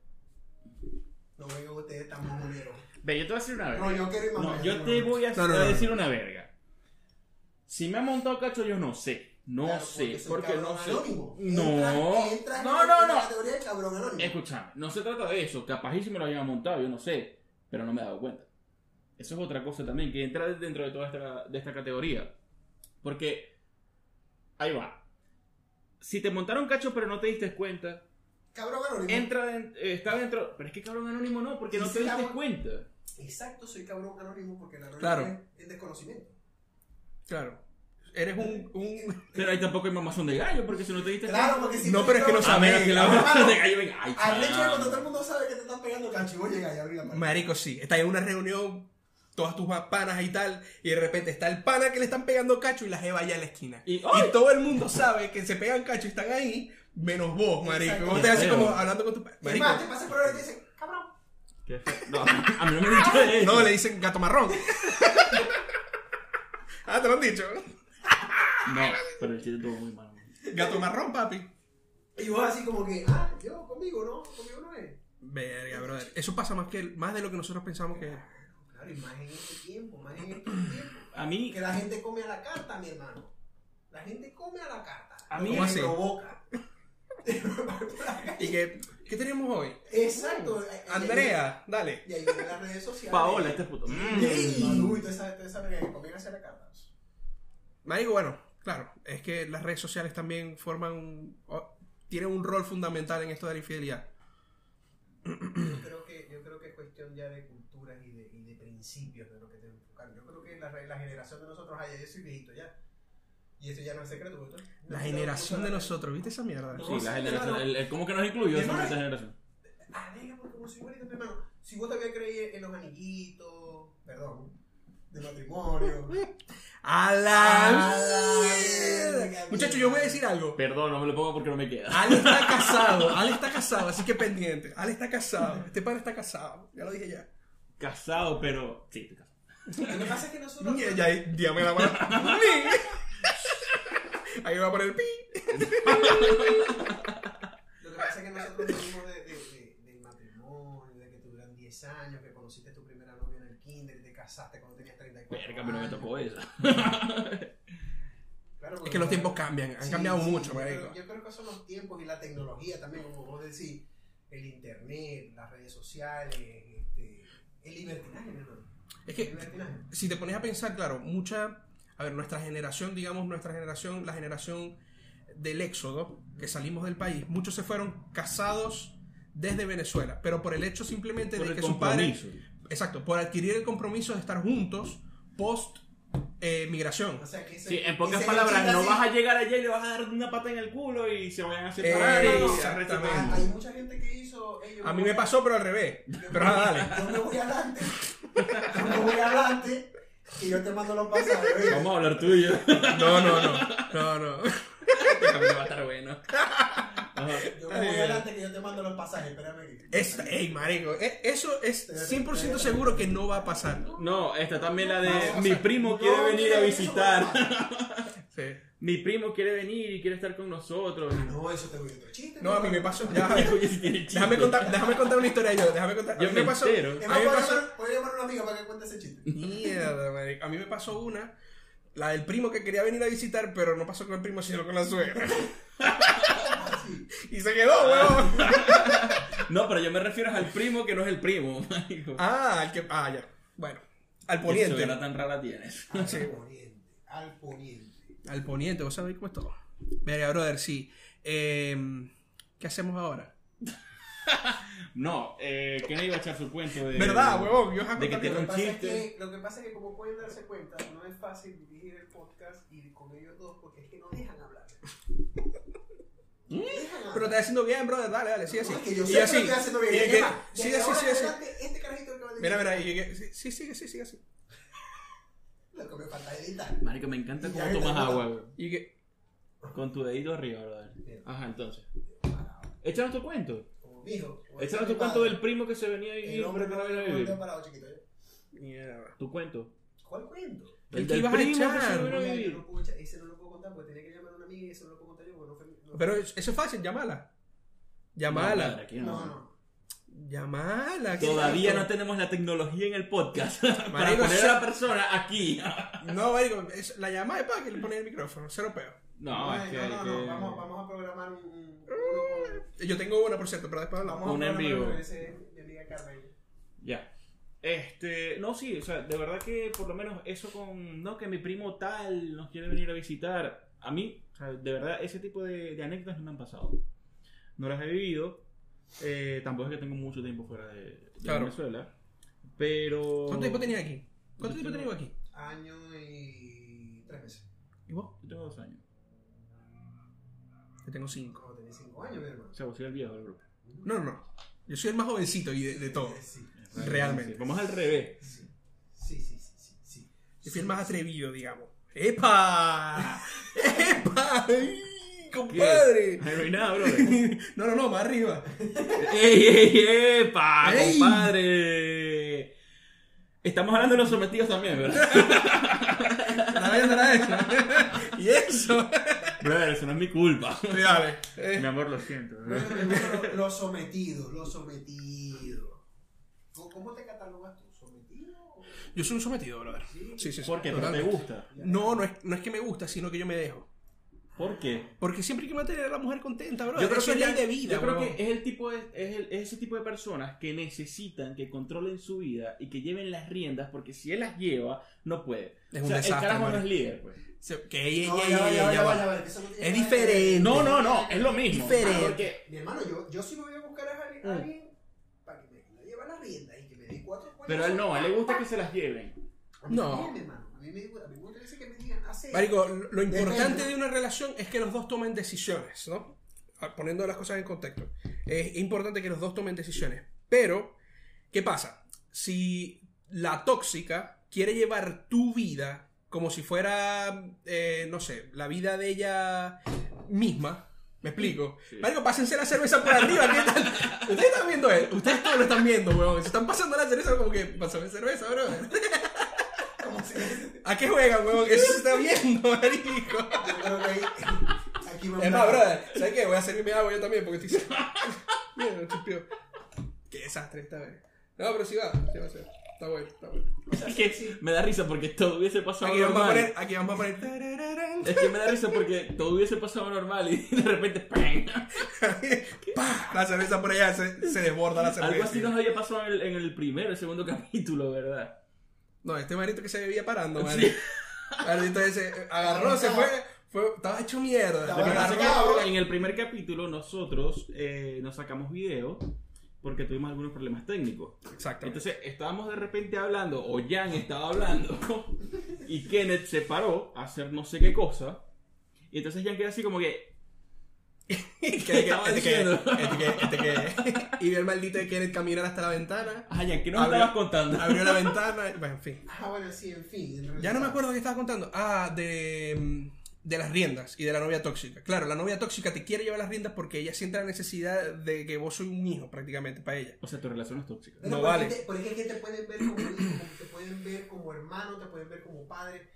[SPEAKER 1] No veo ustedes tan mojoneros.
[SPEAKER 2] Ve, yo te voy a decir una verga.
[SPEAKER 1] No, yo quiero ir más
[SPEAKER 2] No,
[SPEAKER 1] allá,
[SPEAKER 2] yo
[SPEAKER 1] no,
[SPEAKER 2] te
[SPEAKER 1] no.
[SPEAKER 2] voy a,
[SPEAKER 3] No, no,
[SPEAKER 2] te voy a
[SPEAKER 3] no,
[SPEAKER 2] decir una verga. Si me ha montado cacho, yo no sé. No
[SPEAKER 1] Claro,
[SPEAKER 2] sé,
[SPEAKER 1] es el
[SPEAKER 2] porque no
[SPEAKER 1] cabrón
[SPEAKER 2] sé.
[SPEAKER 1] anónimo.
[SPEAKER 2] No.
[SPEAKER 1] Entra- entra en la-
[SPEAKER 2] No, no,
[SPEAKER 1] en la
[SPEAKER 2] no.
[SPEAKER 1] categoría de cabrón anónimo.
[SPEAKER 2] Escúchame, no se trata de eso. Capaz y si me lo habían montado, yo no sé. Pero no me he dado cuenta. Eso es otra cosa también, que entra dentro de toda esta, de esta categoría. Porque, ahí va. Si te montaron cacho pero no te diste cuenta,
[SPEAKER 1] Cabrón anónimo.
[SPEAKER 2] entra den- eh, está dentro... Pero es que cabrón anónimo no, porque
[SPEAKER 1] Y
[SPEAKER 2] no
[SPEAKER 1] si
[SPEAKER 2] te
[SPEAKER 1] la
[SPEAKER 2] diste
[SPEAKER 1] mon-
[SPEAKER 2] cuenta.
[SPEAKER 1] Exacto, soy cabrón anónimo porque el anónimo
[SPEAKER 3] Claro.
[SPEAKER 1] es, es desconocimiento.
[SPEAKER 3] Claro. Eres un. un...
[SPEAKER 2] Pero ahí tampoco hay mamazón de gallo, porque si no te diste
[SPEAKER 1] Claro, porque si
[SPEAKER 3] No,
[SPEAKER 1] tú-
[SPEAKER 3] pero es que no
[SPEAKER 2] A
[SPEAKER 3] saben.
[SPEAKER 2] ver, que la
[SPEAKER 1] Hermano,
[SPEAKER 2] [laughs] mamazón de gallo venga. Ay,
[SPEAKER 1] Al hecho de
[SPEAKER 2] chao.
[SPEAKER 1] cuando todo el mundo sabe que te están pegando cacho, y vos llegas y abrís la puerta.
[SPEAKER 3] Marico, sí. Estás en una reunión, todas tus panas y tal, y de repente está el pana que le están pegando cacho y la jeva allá en la esquina.
[SPEAKER 2] Y-
[SPEAKER 3] Y,
[SPEAKER 2] ¡ay!
[SPEAKER 3] todo el mundo sabe que se pegan cacho y están ahí, menos vos, marico.
[SPEAKER 1] Exacto.
[SPEAKER 3] Vos estás así
[SPEAKER 2] Feo.
[SPEAKER 3] como hablando con tu pa-
[SPEAKER 1] Es
[SPEAKER 3] marico.
[SPEAKER 1] más, te pasas por ahora y te dicen, cabrón.
[SPEAKER 2] Qué feo. No, a mí no me han dicho eso.
[SPEAKER 3] No, le dicen gato marrón. ah, te lo han dicho.
[SPEAKER 2] No, pero el chiste estuvo muy malo.
[SPEAKER 3] Gato marrón, papi.
[SPEAKER 1] Y vos así como que, ah, yo conmigo no, conmigo no es.
[SPEAKER 3] Verga, brother. Eso pasa más, que, más de lo que nosotros pensamos que es.
[SPEAKER 1] Claro, y más en este tiempo, más en este tiempo.
[SPEAKER 2] A mí,
[SPEAKER 1] Que la gente come a la carta, mi hermano. La gente come a la carta.
[SPEAKER 2] A
[SPEAKER 1] Lo
[SPEAKER 2] mí
[SPEAKER 1] que
[SPEAKER 3] ¿Cómo
[SPEAKER 1] me
[SPEAKER 3] así?
[SPEAKER 1] provoca. [laughs]
[SPEAKER 3] Y que, ¿qué tenemos hoy?
[SPEAKER 1] Exacto.
[SPEAKER 3] Andrea, dale.
[SPEAKER 1] Y ahí vienen las redes sociales.
[SPEAKER 2] Paola, este puto.
[SPEAKER 1] Ey, Manu, y toda esa- toda esa verga que comen hacia la carta.
[SPEAKER 3] Marico, bueno, claro, es que las redes sociales también forman un, o- tienen un rol fundamental en esto de la infidelidad.
[SPEAKER 1] Yo creo que, yo creo que es cuestión ya de culturas y de, y de principios de lo que te enfocar. Yo creo que la, re- la generación de nosotros, ay, yo soy viejito ya. Y eso ya no es secreto. porque esto-
[SPEAKER 3] La
[SPEAKER 1] no-
[SPEAKER 3] generación
[SPEAKER 1] no-
[SPEAKER 3] de nosotros, ¿viste esa mierda?
[SPEAKER 1] No.
[SPEAKER 2] Sí, la generación. El, el- ¿Cómo que nos incluyó
[SPEAKER 1] Mi
[SPEAKER 2] esa
[SPEAKER 1] hermano-
[SPEAKER 2] esa generación?
[SPEAKER 1] Ah, venga, porque como soy bonito, mi hermano. Si vos todavía creí en los anillitos, perdón, de matrimonio.
[SPEAKER 3] ¡A
[SPEAKER 1] A
[SPEAKER 3] la
[SPEAKER 1] la
[SPEAKER 3] mierda!
[SPEAKER 1] mierda.
[SPEAKER 3] Muchachos, yo voy a decir algo.
[SPEAKER 2] Perdón, no me lo pongo porque no me queda.
[SPEAKER 3] Ale está casado, Ale está casado, así que pendiente. Ale está casado, este padre está casado, ya lo dije ya.
[SPEAKER 2] Casado, pero. Sí, estoy casado.
[SPEAKER 1] Lo que pasa es que nosotros.
[SPEAKER 3] Ni- Ya, ya me la mano. Ahí va a poner el pi.
[SPEAKER 1] Lo que pasa es que nosotros venimos de, de, de- del matrimonio, de que tuvieran 10 años, que conociste a tu primera novia en el kinder y te casaste cuando tenías 34
[SPEAKER 2] Verga, pero me
[SPEAKER 1] años.
[SPEAKER 2] tocó esa.
[SPEAKER 1] Claro,
[SPEAKER 3] Es
[SPEAKER 1] porque
[SPEAKER 3] que los
[SPEAKER 1] no-
[SPEAKER 3] tiempos cambian, han
[SPEAKER 1] Sí,
[SPEAKER 3] cambiado
[SPEAKER 1] sí,
[SPEAKER 3] mucho,
[SPEAKER 1] yo creo-
[SPEAKER 3] marico.
[SPEAKER 1] Yo creo que son los tiempos y la tecnología también, como vos decís, el internet, las redes sociales, este, el libertinaje, mi hermano.
[SPEAKER 3] Es que-
[SPEAKER 1] El libertinaje.
[SPEAKER 3] si te pones a pensar, claro, mucha. A ver, nuestra generación, digamos, nuestra generación, la generación del éxodo, que salimos del país, muchos se fueron casados desde Venezuela, pero por el hecho simplemente
[SPEAKER 2] Por
[SPEAKER 3] de
[SPEAKER 2] el
[SPEAKER 3] que sus padres.
[SPEAKER 2] compromiso.
[SPEAKER 3] Exacto, por adquirir el compromiso de estar juntos post eh, migración.
[SPEAKER 1] O sea, que ese-
[SPEAKER 2] Sí, en pocas
[SPEAKER 1] ese
[SPEAKER 2] palabras, no
[SPEAKER 1] éxtasis-
[SPEAKER 2] vas a llegar allá y le vas a dar una pata en el culo y se vayan a separar.
[SPEAKER 3] Eh,
[SPEAKER 2] No, no,
[SPEAKER 3] exactamente.
[SPEAKER 2] arréchate.
[SPEAKER 1] Ah, Hay mucha gente que hizo. "Ey, yo
[SPEAKER 3] A mí
[SPEAKER 1] voy
[SPEAKER 3] me pasó, pero al revés.
[SPEAKER 1] yo me
[SPEAKER 3] Pero
[SPEAKER 1] voy-
[SPEAKER 3] nada, dale.
[SPEAKER 1] Yo me voy adelante. Yo me voy adelante. Y yo te mando los pasajes. ¿oíste?
[SPEAKER 2] Vamos a hablar tú y yo.
[SPEAKER 3] No, no, no. No, no.
[SPEAKER 2] Este camino va a estar bueno. Ajá.
[SPEAKER 1] Yo me voy adelante que yo te mando los pasajes. Espérame aquí.
[SPEAKER 3] Es, ey, marico, e- eso es 100% seguro que no va a pasar.
[SPEAKER 2] No, esta también la de
[SPEAKER 1] Vamos, o
[SPEAKER 2] mi
[SPEAKER 1] sea,
[SPEAKER 2] primo
[SPEAKER 1] no
[SPEAKER 2] quiere venir a
[SPEAKER 1] quiere eso,
[SPEAKER 2] visitar.
[SPEAKER 1] pero-
[SPEAKER 3] Sí.
[SPEAKER 2] Mi primo quiere venir y quiere estar con nosotros.
[SPEAKER 1] No, eso te voy a otro chiste.
[SPEAKER 3] No, a mí me pasó. Ya,
[SPEAKER 2] Oye, si tiene chiste.
[SPEAKER 3] Déjame contar, déjame contar una historia yo, déjame contar. A
[SPEAKER 2] Yo
[SPEAKER 3] mí
[SPEAKER 2] me
[SPEAKER 3] me pasó.
[SPEAKER 2] entero.
[SPEAKER 1] Es
[SPEAKER 3] A mí
[SPEAKER 1] más,
[SPEAKER 3] me
[SPEAKER 1] voy a
[SPEAKER 3] pasó.
[SPEAKER 1] llamar- voy a llamar a una amiga para que cuente ese chiste. [laughs]
[SPEAKER 3] Mierda, marico. A mí me pasó una, la del primo que quería venir a visitar, pero no pasó con el primo, sino con la suegra. [laughs]
[SPEAKER 1] Sí.
[SPEAKER 3] Y se quedó,
[SPEAKER 2] Ah.
[SPEAKER 3] weón.
[SPEAKER 2] No, pero yo me refiero al primo que no es el primo. marico.
[SPEAKER 3] Ah, el que. Ah, ya. Bueno. Al
[SPEAKER 2] ¿Qué suegra
[SPEAKER 3] poniente.
[SPEAKER 2] tan rara tienes?
[SPEAKER 1] Al
[SPEAKER 3] Sí.
[SPEAKER 1] poniente. Al poniente.
[SPEAKER 3] Al poniente, vos sabés cómo es todo. Verga, brother, sí. Em, ¿Qué hacemos ahora?
[SPEAKER 2] No, eh, que no iba a echar su cuento de.
[SPEAKER 3] ¿Verdad, huevón? Yo os
[SPEAKER 2] Eh, de que
[SPEAKER 3] contar-
[SPEAKER 2] te-
[SPEAKER 1] Lo que,
[SPEAKER 2] Un
[SPEAKER 1] pasa es
[SPEAKER 2] chiste.
[SPEAKER 1] que, lo que pasa es que, como pueden darse cuenta, no es fácil dirigir el podcast y con ellos dos porque es que no dejan hablar. No dejan
[SPEAKER 3] Pero
[SPEAKER 1] hablar.
[SPEAKER 3] está haciendo bien, brother. Dale, dale, sigue así.
[SPEAKER 1] No, es que yo
[SPEAKER 3] Y
[SPEAKER 1] sé
[SPEAKER 3] así.
[SPEAKER 1] que lo estoy haciendo bien.
[SPEAKER 3] Y
[SPEAKER 1] Es
[SPEAKER 3] que-
[SPEAKER 1] más,
[SPEAKER 3] sigue
[SPEAKER 1] desde
[SPEAKER 3] así,
[SPEAKER 1] ahora
[SPEAKER 3] sigue
[SPEAKER 1] en
[SPEAKER 3] así.
[SPEAKER 1] adelante, Este carajito que va a decir
[SPEAKER 3] Mira, mira, y llegué- sí, sí, sigue, sí, sigue así.
[SPEAKER 1] Lo que me falta es editar.
[SPEAKER 2] Marico, me encanta
[SPEAKER 1] Ya
[SPEAKER 2] cómo
[SPEAKER 1] que te
[SPEAKER 2] tomas
[SPEAKER 1] jodas.
[SPEAKER 2] agua, weón.
[SPEAKER 3] Y que,
[SPEAKER 2] Con tu dedito arriba, brother.
[SPEAKER 1] Bien.
[SPEAKER 2] Ajá, entonces. Échanos tu cuento.
[SPEAKER 1] Como mi hijo. como
[SPEAKER 2] Échanos
[SPEAKER 1] mi
[SPEAKER 2] tu cuento
[SPEAKER 1] padre.
[SPEAKER 2] del primo que se venía y
[SPEAKER 1] El hombre que no
[SPEAKER 2] venía a
[SPEAKER 1] había
[SPEAKER 2] vivir.
[SPEAKER 1] cuento parado chiquito. ¿eh?
[SPEAKER 3] Mierda.
[SPEAKER 2] Tu cuento.
[SPEAKER 1] ¿Cuál cuento?
[SPEAKER 3] El que
[SPEAKER 2] del
[SPEAKER 3] ibas a
[SPEAKER 2] primo que se
[SPEAKER 3] echar.
[SPEAKER 2] vino a
[SPEAKER 1] No, ya, yo
[SPEAKER 2] vivir.
[SPEAKER 1] no puedo echar- ese no lo puedo contar porque tenía que llamar a una amiga y ese no lo puedo contar yo porque no fue mi- no-
[SPEAKER 3] Pero eso es fácil, llámala.
[SPEAKER 2] No, madre,
[SPEAKER 3] Llámala.
[SPEAKER 2] aquí no.
[SPEAKER 1] No, no.
[SPEAKER 3] Llámala. ¿qué
[SPEAKER 2] Todavía no
[SPEAKER 3] tanto?
[SPEAKER 2] tenemos la tecnología en el podcast [laughs] para
[SPEAKER 3] Marico,
[SPEAKER 2] poner
[SPEAKER 3] sí.
[SPEAKER 2] a la persona aquí.
[SPEAKER 3] No, marico, es- la llamada es para que le ponen el micrófono, cero peo.
[SPEAKER 2] No,
[SPEAKER 1] No,
[SPEAKER 2] es que,
[SPEAKER 1] no, no, no,
[SPEAKER 2] que-
[SPEAKER 1] Vamos, vamos a programar un. un- uno
[SPEAKER 3] Yo tengo una, por cierto, pero después
[SPEAKER 1] con-
[SPEAKER 3] hablamos.
[SPEAKER 1] vamos a
[SPEAKER 2] Un en
[SPEAKER 1] programar
[SPEAKER 2] vivo.
[SPEAKER 1] uno de ese de mi amiga Carmen.
[SPEAKER 2] Ya. Este, no, sí, o sea, de verdad que por lo menos eso con, no, que mi primo tal nos quiere venir a visitar. A mí, o sea, de verdad, ese tipo de, de anécdotas no me han pasado. No las he vivido. Eh, tampoco es que tengo mucho tiempo fuera de, de
[SPEAKER 3] Claro.
[SPEAKER 2] Venezuela. Pero...
[SPEAKER 3] ¿Cuánto tiempo tenías aquí? ¿Cuánto
[SPEAKER 2] Yo
[SPEAKER 3] tiempo
[SPEAKER 2] tengo-
[SPEAKER 3] tenías aquí?
[SPEAKER 1] Año y. tres meses.
[SPEAKER 3] ¿Y vos?
[SPEAKER 2] Yo tengo dos años.
[SPEAKER 3] Yo tengo cinco.
[SPEAKER 1] Como tenés cinco años, mi hermano.
[SPEAKER 2] O sea, vos soy el viejo del grupo.
[SPEAKER 3] No, no, no. Yo soy el más jovencito y de, de todo.
[SPEAKER 1] Sí,
[SPEAKER 3] Realmente.
[SPEAKER 2] Sí, Vamos al revés.
[SPEAKER 1] sí, sí, sí, sí, sí, sí.
[SPEAKER 3] Yo soy el más atrevido, digamos. ¡Epa! ¡Epa! ¡Ay, ¡Compadre!
[SPEAKER 2] Ay, No hay nada, brother.
[SPEAKER 3] [laughs] No, no, no, más arriba.
[SPEAKER 2] ¡Ey, ey, epa!
[SPEAKER 3] Ey.
[SPEAKER 2] ¡Compadre! Estamos hablando de los sometidos también, ¿verdad?
[SPEAKER 3] La vez, la vez. Y eso.
[SPEAKER 2] Brother, eso no es mi culpa.
[SPEAKER 3] Dale. Eh.
[SPEAKER 2] Mi amor, lo siento.
[SPEAKER 1] Bueno, mi hermano, Lo sometido, lo sometido. ¿Cómo- ¿Cómo te catalogas tú? ¿Sometido?
[SPEAKER 3] Yo soy un sometido, brother.
[SPEAKER 1] Sí.
[SPEAKER 3] Sí, sí, sí.
[SPEAKER 2] ¿Por qué? ¿No te
[SPEAKER 3] Totalmente.
[SPEAKER 2] gusta?
[SPEAKER 3] No, no es, no es que me gusta, sino que yo me dejo.
[SPEAKER 2] ¿Por qué?
[SPEAKER 3] Porque siempre hay que mantener a la mujer contenta, bro. Yo creo que es ley
[SPEAKER 2] ya-
[SPEAKER 3] de vida,
[SPEAKER 2] yo creo
[SPEAKER 3] bro.
[SPEAKER 2] que es el tipo de, es, el- es ese tipo de personas que necesitan que controlen su vida y que lleven las riendas porque si él las lleva no puede.
[SPEAKER 3] Es
[SPEAKER 2] o
[SPEAKER 3] un
[SPEAKER 2] sea,
[SPEAKER 3] desastre,
[SPEAKER 2] el carajo no
[SPEAKER 3] marico.
[SPEAKER 2] es líder, pues.
[SPEAKER 3] Se- Que ella,
[SPEAKER 1] No,
[SPEAKER 3] ella,
[SPEAKER 1] ya va,
[SPEAKER 3] ella,
[SPEAKER 1] ya va,
[SPEAKER 3] ella
[SPEAKER 1] ya va,
[SPEAKER 3] va.
[SPEAKER 1] ya va, que eso no tiene
[SPEAKER 3] Es
[SPEAKER 1] nada que ver.
[SPEAKER 3] diferente.
[SPEAKER 2] No, no, no, es lo mismo. Ah,
[SPEAKER 3] Diferente.
[SPEAKER 2] Porque
[SPEAKER 1] Mi hermano, yo, yo sí me voy a buscar a alguien,
[SPEAKER 2] Mm.
[SPEAKER 1] alguien para que me la lleve a la rienda y que me dé cuatro cuentas.
[SPEAKER 2] pero a él no, a él le gusta que se las lleven.
[SPEAKER 1] A mí
[SPEAKER 3] No.
[SPEAKER 1] también, mi hermano. A mí me gusta, a mí me gusta que me digan, "Ah, hace.
[SPEAKER 3] Marico, lo lo importante
[SPEAKER 1] Depende.
[SPEAKER 3] de una relación es que los dos tomen decisiones, ¿no? Ah, Poniendo las cosas en contexto. Es importante que los dos tomen decisiones. Pero, ¿qué pasa? Si la tóxica quiere llevar tu vida como si fuera, eh, no sé, la vida de ella misma, ¿me explico?
[SPEAKER 2] Sí.
[SPEAKER 3] Marico, pásense la cerveza por arriba. ¿qué tal? Ustedes están viendo él. Ustedes todos lo están viendo, weón. Se están pasando la cerveza como que, pásame cerveza, bro.
[SPEAKER 1] [laughs] Como
[SPEAKER 3] ¿A qué juegan, huevón? Eso se está viendo, [laughs] marico.
[SPEAKER 1] Yo creo que ahí, [laughs] aquí vamos
[SPEAKER 3] Es más, brother, ¿sabes qué? Voy a servirme agua yo también porque estoy.
[SPEAKER 2] [laughs]
[SPEAKER 3] Mierda, chupio. Qué desastre esta vez. No, pero sí va, sí va, sí va. Está bueno, está bueno.
[SPEAKER 2] Es que me da risa porque todo hubiese pasado
[SPEAKER 3] Aquí vamos a
[SPEAKER 2] normal.
[SPEAKER 3] poner. Aquí vamos a poner. tarararán. [laughs]
[SPEAKER 2] Es que me da risa porque todo hubiese pasado normal y de repente ¡pam!
[SPEAKER 3] ¡Pah! La cerveza por allá se, se desborda la cerveza.
[SPEAKER 2] Algo así nos había pasado en el, en el primero, el segundo [laughs] capítulo, ¿verdad?
[SPEAKER 3] No, este marito que se vivía parando, man. Marito ese eh, agarró, se fue, fue. Estaba hecho mierda.
[SPEAKER 1] Estaba
[SPEAKER 2] Lo que pasa es que
[SPEAKER 1] Ahora-
[SPEAKER 2] en el primer capítulo nosotros eh, nos sacamos video porque tuvimos algunos problemas técnicos.
[SPEAKER 3] Exactamente.
[SPEAKER 2] Entonces estábamos de repente hablando, o Jan estaba hablando, [laughs] y Kenneth se paró a hacer no sé qué cosa. Y entonces Jan queda así como que,
[SPEAKER 3] Este que-
[SPEAKER 2] estaba
[SPEAKER 3] este que-
[SPEAKER 2] diciendo?
[SPEAKER 3] este que- este que- [laughs] Y vio el maldito de Kenneth caminar hasta la ventana.
[SPEAKER 2] ah, Jan, ¿qué nos
[SPEAKER 3] Abrió-
[SPEAKER 2] estabas contando?
[SPEAKER 3] Abrió la ventana. y- Bueno, en fin.
[SPEAKER 1] Ah, bueno, sí, en fin. en
[SPEAKER 3] Ya no me
[SPEAKER 1] realidad.
[SPEAKER 3] acuerdo qué estaba contando. Ah, de, mm, de las riendas y de la novia tóxica. Claro, la novia tóxica te quiere llevar las riendas porque ella siente la necesidad de que vos soy un hijo prácticamente para ella.
[SPEAKER 2] O sea, tu relación es tóxica.
[SPEAKER 1] Pero
[SPEAKER 3] No
[SPEAKER 1] porque
[SPEAKER 3] vale.
[SPEAKER 1] te- porque es que te pueden ver como hijo, te pueden ver como hermano, te pueden ver como padre,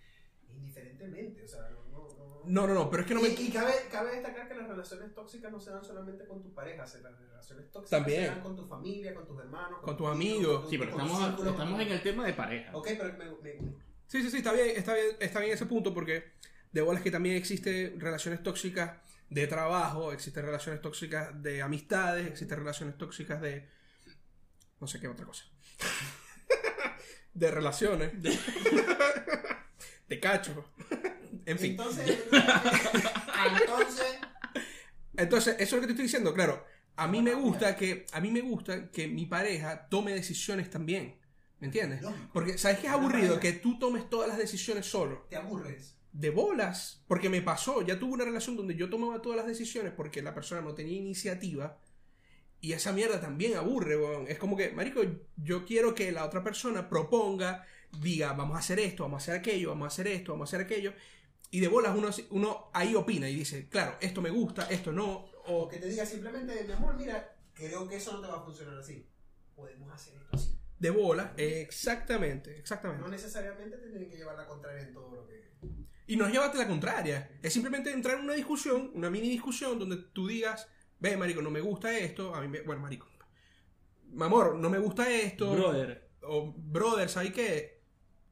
[SPEAKER 1] indiferentemente. O sea, no. no, no, no.
[SPEAKER 3] No, no, no, pero es que no me...
[SPEAKER 1] Y, y cabe, cabe destacar que las relaciones tóxicas no se dan solamente con tu pareja, se- las relaciones tóxicas
[SPEAKER 3] También.
[SPEAKER 1] se dan con tu familia, con tus hermanos,
[SPEAKER 3] Con tus
[SPEAKER 1] tíos,
[SPEAKER 3] amigos.
[SPEAKER 1] con tu-
[SPEAKER 2] Sí, pero
[SPEAKER 1] con tu
[SPEAKER 2] estamos,
[SPEAKER 1] círculo,
[SPEAKER 2] estamos
[SPEAKER 1] con-
[SPEAKER 2] en el tema de pareja.
[SPEAKER 1] Ok, pero me, me- me-
[SPEAKER 3] Sí, sí, sí, está bien, está bien, está bien ese punto porque de bolas que también existen relaciones tóxicas de trabajo, existen relaciones tóxicas de amistades, existen relaciones tóxicas de... no sé qué otra cosa. [laughs] de relaciones. [laughs] de cacho. en fin. [laughs]
[SPEAKER 1] Entonces, entonces,
[SPEAKER 3] Entonces, eso es lo que te estoy diciendo, claro. A mí me gusta que a mí me gusta que mi pareja tome decisiones también, ¿me entiendes?
[SPEAKER 1] Lógico.
[SPEAKER 3] Porque sabes que es aburrido que tú tomes todas las decisiones solo,
[SPEAKER 1] te aburres.
[SPEAKER 3] de bolas, porque me pasó, ya tuve una relación donde yo tomaba todas las decisiones porque la persona no tenía iniciativa y esa mierda también aburre, weón. Es como que, marico, yo quiero que la otra persona proponga, diga, vamos a hacer esto, vamos a hacer aquello, vamos a hacer esto, vamos a hacer aquello. Y de bolas uno, uno ahí opina y dice, claro, esto me gusta, esto no, o
[SPEAKER 1] O que te diga simplemente, mi amor, mira, creo que eso no te va a funcionar así. Podemos hacer esto así.
[SPEAKER 3] De bola, exactamente,
[SPEAKER 1] No
[SPEAKER 3] exactamente.
[SPEAKER 1] necesariamente te tienen que llevar la contraria en todo lo que.
[SPEAKER 3] Y no es llevarte la contraria, es simplemente entrar en una discusión, una mini discusión donde tú digas, ve, marico, no me gusta esto, a mí me... Bueno, marico, mi amor, no me gusta esto,
[SPEAKER 2] Brother,
[SPEAKER 3] o brother, ¿sabes qué?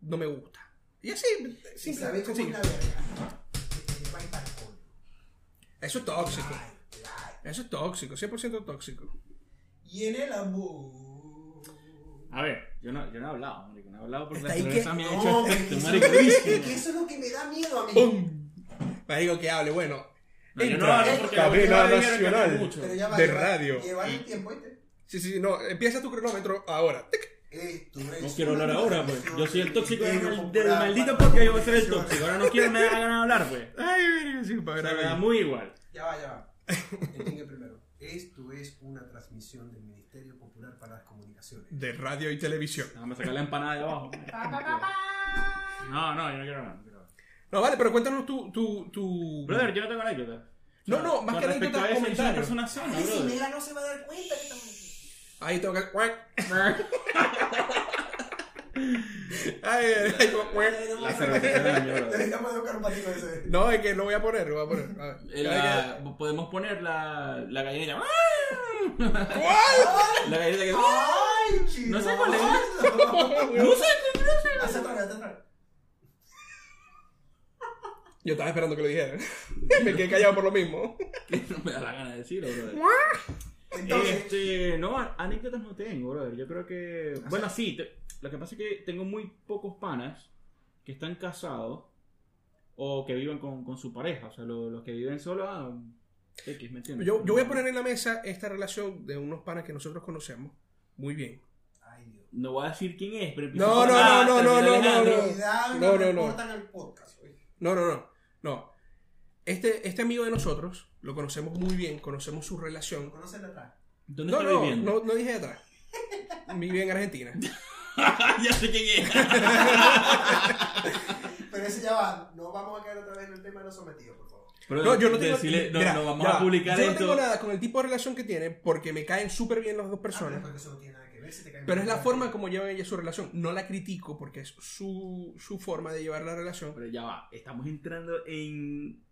[SPEAKER 3] No me gusta. Y así,
[SPEAKER 1] Si
[SPEAKER 3] simple,
[SPEAKER 1] sabes cómo es
[SPEAKER 3] sencillo.
[SPEAKER 1] la verga, que te lleváis para el coño.
[SPEAKER 3] Eso es tóxico,
[SPEAKER 1] Ay, ay.
[SPEAKER 3] eso es tóxico, 100% tóxico.
[SPEAKER 1] Y en el amor.
[SPEAKER 2] a ver, yo no, yo no he hablado, marico, no he hablado porque
[SPEAKER 3] Está ahí
[SPEAKER 2] la cerveza
[SPEAKER 3] que-
[SPEAKER 2] me ha
[SPEAKER 1] No, [laughs]
[SPEAKER 2] hecho
[SPEAKER 1] que
[SPEAKER 2] efecto,
[SPEAKER 1] eso,
[SPEAKER 2] Este marico.
[SPEAKER 1] es que eso es lo que me da miedo a mí.
[SPEAKER 3] ¡Pum! Marico, que hable, bueno.
[SPEAKER 2] No, yo no
[SPEAKER 3] entra.
[SPEAKER 2] hablo porque la
[SPEAKER 3] Cadena
[SPEAKER 2] última vez dijeron que hablé
[SPEAKER 3] nacional.
[SPEAKER 2] mucho.
[SPEAKER 1] Pero ya va,
[SPEAKER 3] De
[SPEAKER 1] lleva-
[SPEAKER 3] radio.
[SPEAKER 1] Llevar el tiempo este.
[SPEAKER 3] Sí, sí, sí, no, empieza tu cronómetro ahora. Tic.
[SPEAKER 1] Esto
[SPEAKER 2] No
[SPEAKER 1] es
[SPEAKER 2] quiero
[SPEAKER 1] Eh, una
[SPEAKER 2] hablar ahora, pues. Yo soy el tóxico del,
[SPEAKER 1] imperio
[SPEAKER 2] del
[SPEAKER 1] popular para
[SPEAKER 2] maldito porque yo voy a ser el
[SPEAKER 1] condiciones.
[SPEAKER 2] tóxico. Ahora no quiero, me da ganas de hablar, pues.
[SPEAKER 3] Ay, marico, sí, para
[SPEAKER 2] O sea, me da
[SPEAKER 3] grabar.
[SPEAKER 2] muy igual.
[SPEAKER 1] Ya va, ya va. Entiende primero. Esto es una transmisión del Ministerio Popular para las Comunicaciones.
[SPEAKER 3] De radio y televisión.
[SPEAKER 2] Déjame sacar la empanada de abajo. No, no, yo no quiero hablar. no quiero hablar.
[SPEAKER 3] No, vale, pero cuéntanos tu... tu, tu...
[SPEAKER 2] Brother, yo no tengo anécdota.
[SPEAKER 3] No, no, más
[SPEAKER 2] Con
[SPEAKER 3] que
[SPEAKER 2] respecto
[SPEAKER 3] anécdota,
[SPEAKER 2] a eso,
[SPEAKER 3] comentarios.
[SPEAKER 2] yo soy una persona sana,
[SPEAKER 1] Ay, si
[SPEAKER 2] Ah, brother.
[SPEAKER 1] Mela no se va a dar cuenta que estamos aquí.
[SPEAKER 3] Ahí tengo que...
[SPEAKER 2] [laughs]
[SPEAKER 3] ¡Cuac! Ay, ay, ay, ¡Cuac!
[SPEAKER 2] La cerveza se dañó, brother.
[SPEAKER 3] [laughs]
[SPEAKER 1] Deberíamos de buscar un patito ese.
[SPEAKER 3] No, es que lo voy a poner, lo voy a poner. A ver.
[SPEAKER 2] Eh, La- podemos poner la, la gallinita.
[SPEAKER 3] [laughs] ¿Cuál?
[SPEAKER 2] [laughs] La gallinita que. [laughs]
[SPEAKER 1] ¡Ay, chino!
[SPEAKER 2] No sé cuál es.
[SPEAKER 1] es.
[SPEAKER 2] No sé, no sé.
[SPEAKER 1] Hace atrás, hace atrás.
[SPEAKER 3] Yo estaba esperando que lo dijeran. [laughs] Me quedé callado por lo mismo.
[SPEAKER 2] Que no me da la gana de decirlo, brother.
[SPEAKER 1] Entonces,
[SPEAKER 2] este, no, a- anécdotas no tengo, brother. Yo creo que.
[SPEAKER 3] Ah,
[SPEAKER 2] Bueno, sí, te- lo que pasa es que tengo muy pocos panas que están casados o que viven con, con su pareja. O sea, lo- los que viven solos. ah, X, ¿me entiendes?
[SPEAKER 3] Yo, yo voy a poner en la mesa esta relación de unos panas que nosotros conocemos muy bien.
[SPEAKER 1] Ay, Dios.
[SPEAKER 2] No voy a decir quién es, pero
[SPEAKER 3] No,
[SPEAKER 2] por
[SPEAKER 3] no,
[SPEAKER 2] A,
[SPEAKER 3] no, no,
[SPEAKER 2] termina
[SPEAKER 3] no,
[SPEAKER 2] Alejandro.
[SPEAKER 3] no,
[SPEAKER 1] Cuidado,
[SPEAKER 3] No,
[SPEAKER 1] no, no,
[SPEAKER 3] no, no.
[SPEAKER 1] reportan al podcast. oye.
[SPEAKER 3] No, no, no. No. Este, este amigo de nosotros lo conocemos muy bien, conocemos su relación.
[SPEAKER 1] Conocen atrás.
[SPEAKER 2] ¿Dónde
[SPEAKER 3] No,
[SPEAKER 2] está
[SPEAKER 3] no,
[SPEAKER 2] [laughs] viviendo?
[SPEAKER 3] no, no dije atrás. Vive en
[SPEAKER 2] [laughs]
[SPEAKER 3] Argentina.
[SPEAKER 2] Ah, ya sé quién es.
[SPEAKER 1] Pero ese ya va. No vamos a caer otra vez en el tema de los sometidos, por favor.
[SPEAKER 2] Pero
[SPEAKER 3] No, yo no tengo.
[SPEAKER 2] decirle- no,
[SPEAKER 3] mira,
[SPEAKER 2] no, vamos
[SPEAKER 3] ya
[SPEAKER 2] a
[SPEAKER 3] va.
[SPEAKER 2] publicar
[SPEAKER 3] Yo no
[SPEAKER 2] esto.
[SPEAKER 3] tengo nada con el tipo de relación que tiene porque me caen súper bien las dos
[SPEAKER 1] Ah, pero
[SPEAKER 3] personas.
[SPEAKER 1] eso no tiene nada que ver. que se te
[SPEAKER 2] ah,
[SPEAKER 1] cae
[SPEAKER 3] Pero es
[SPEAKER 1] mal.
[SPEAKER 3] la forma como lleva ella su relación. No la critico porque es su, su forma de llevar la relación.
[SPEAKER 2] Pero ya va, estamos entrando en.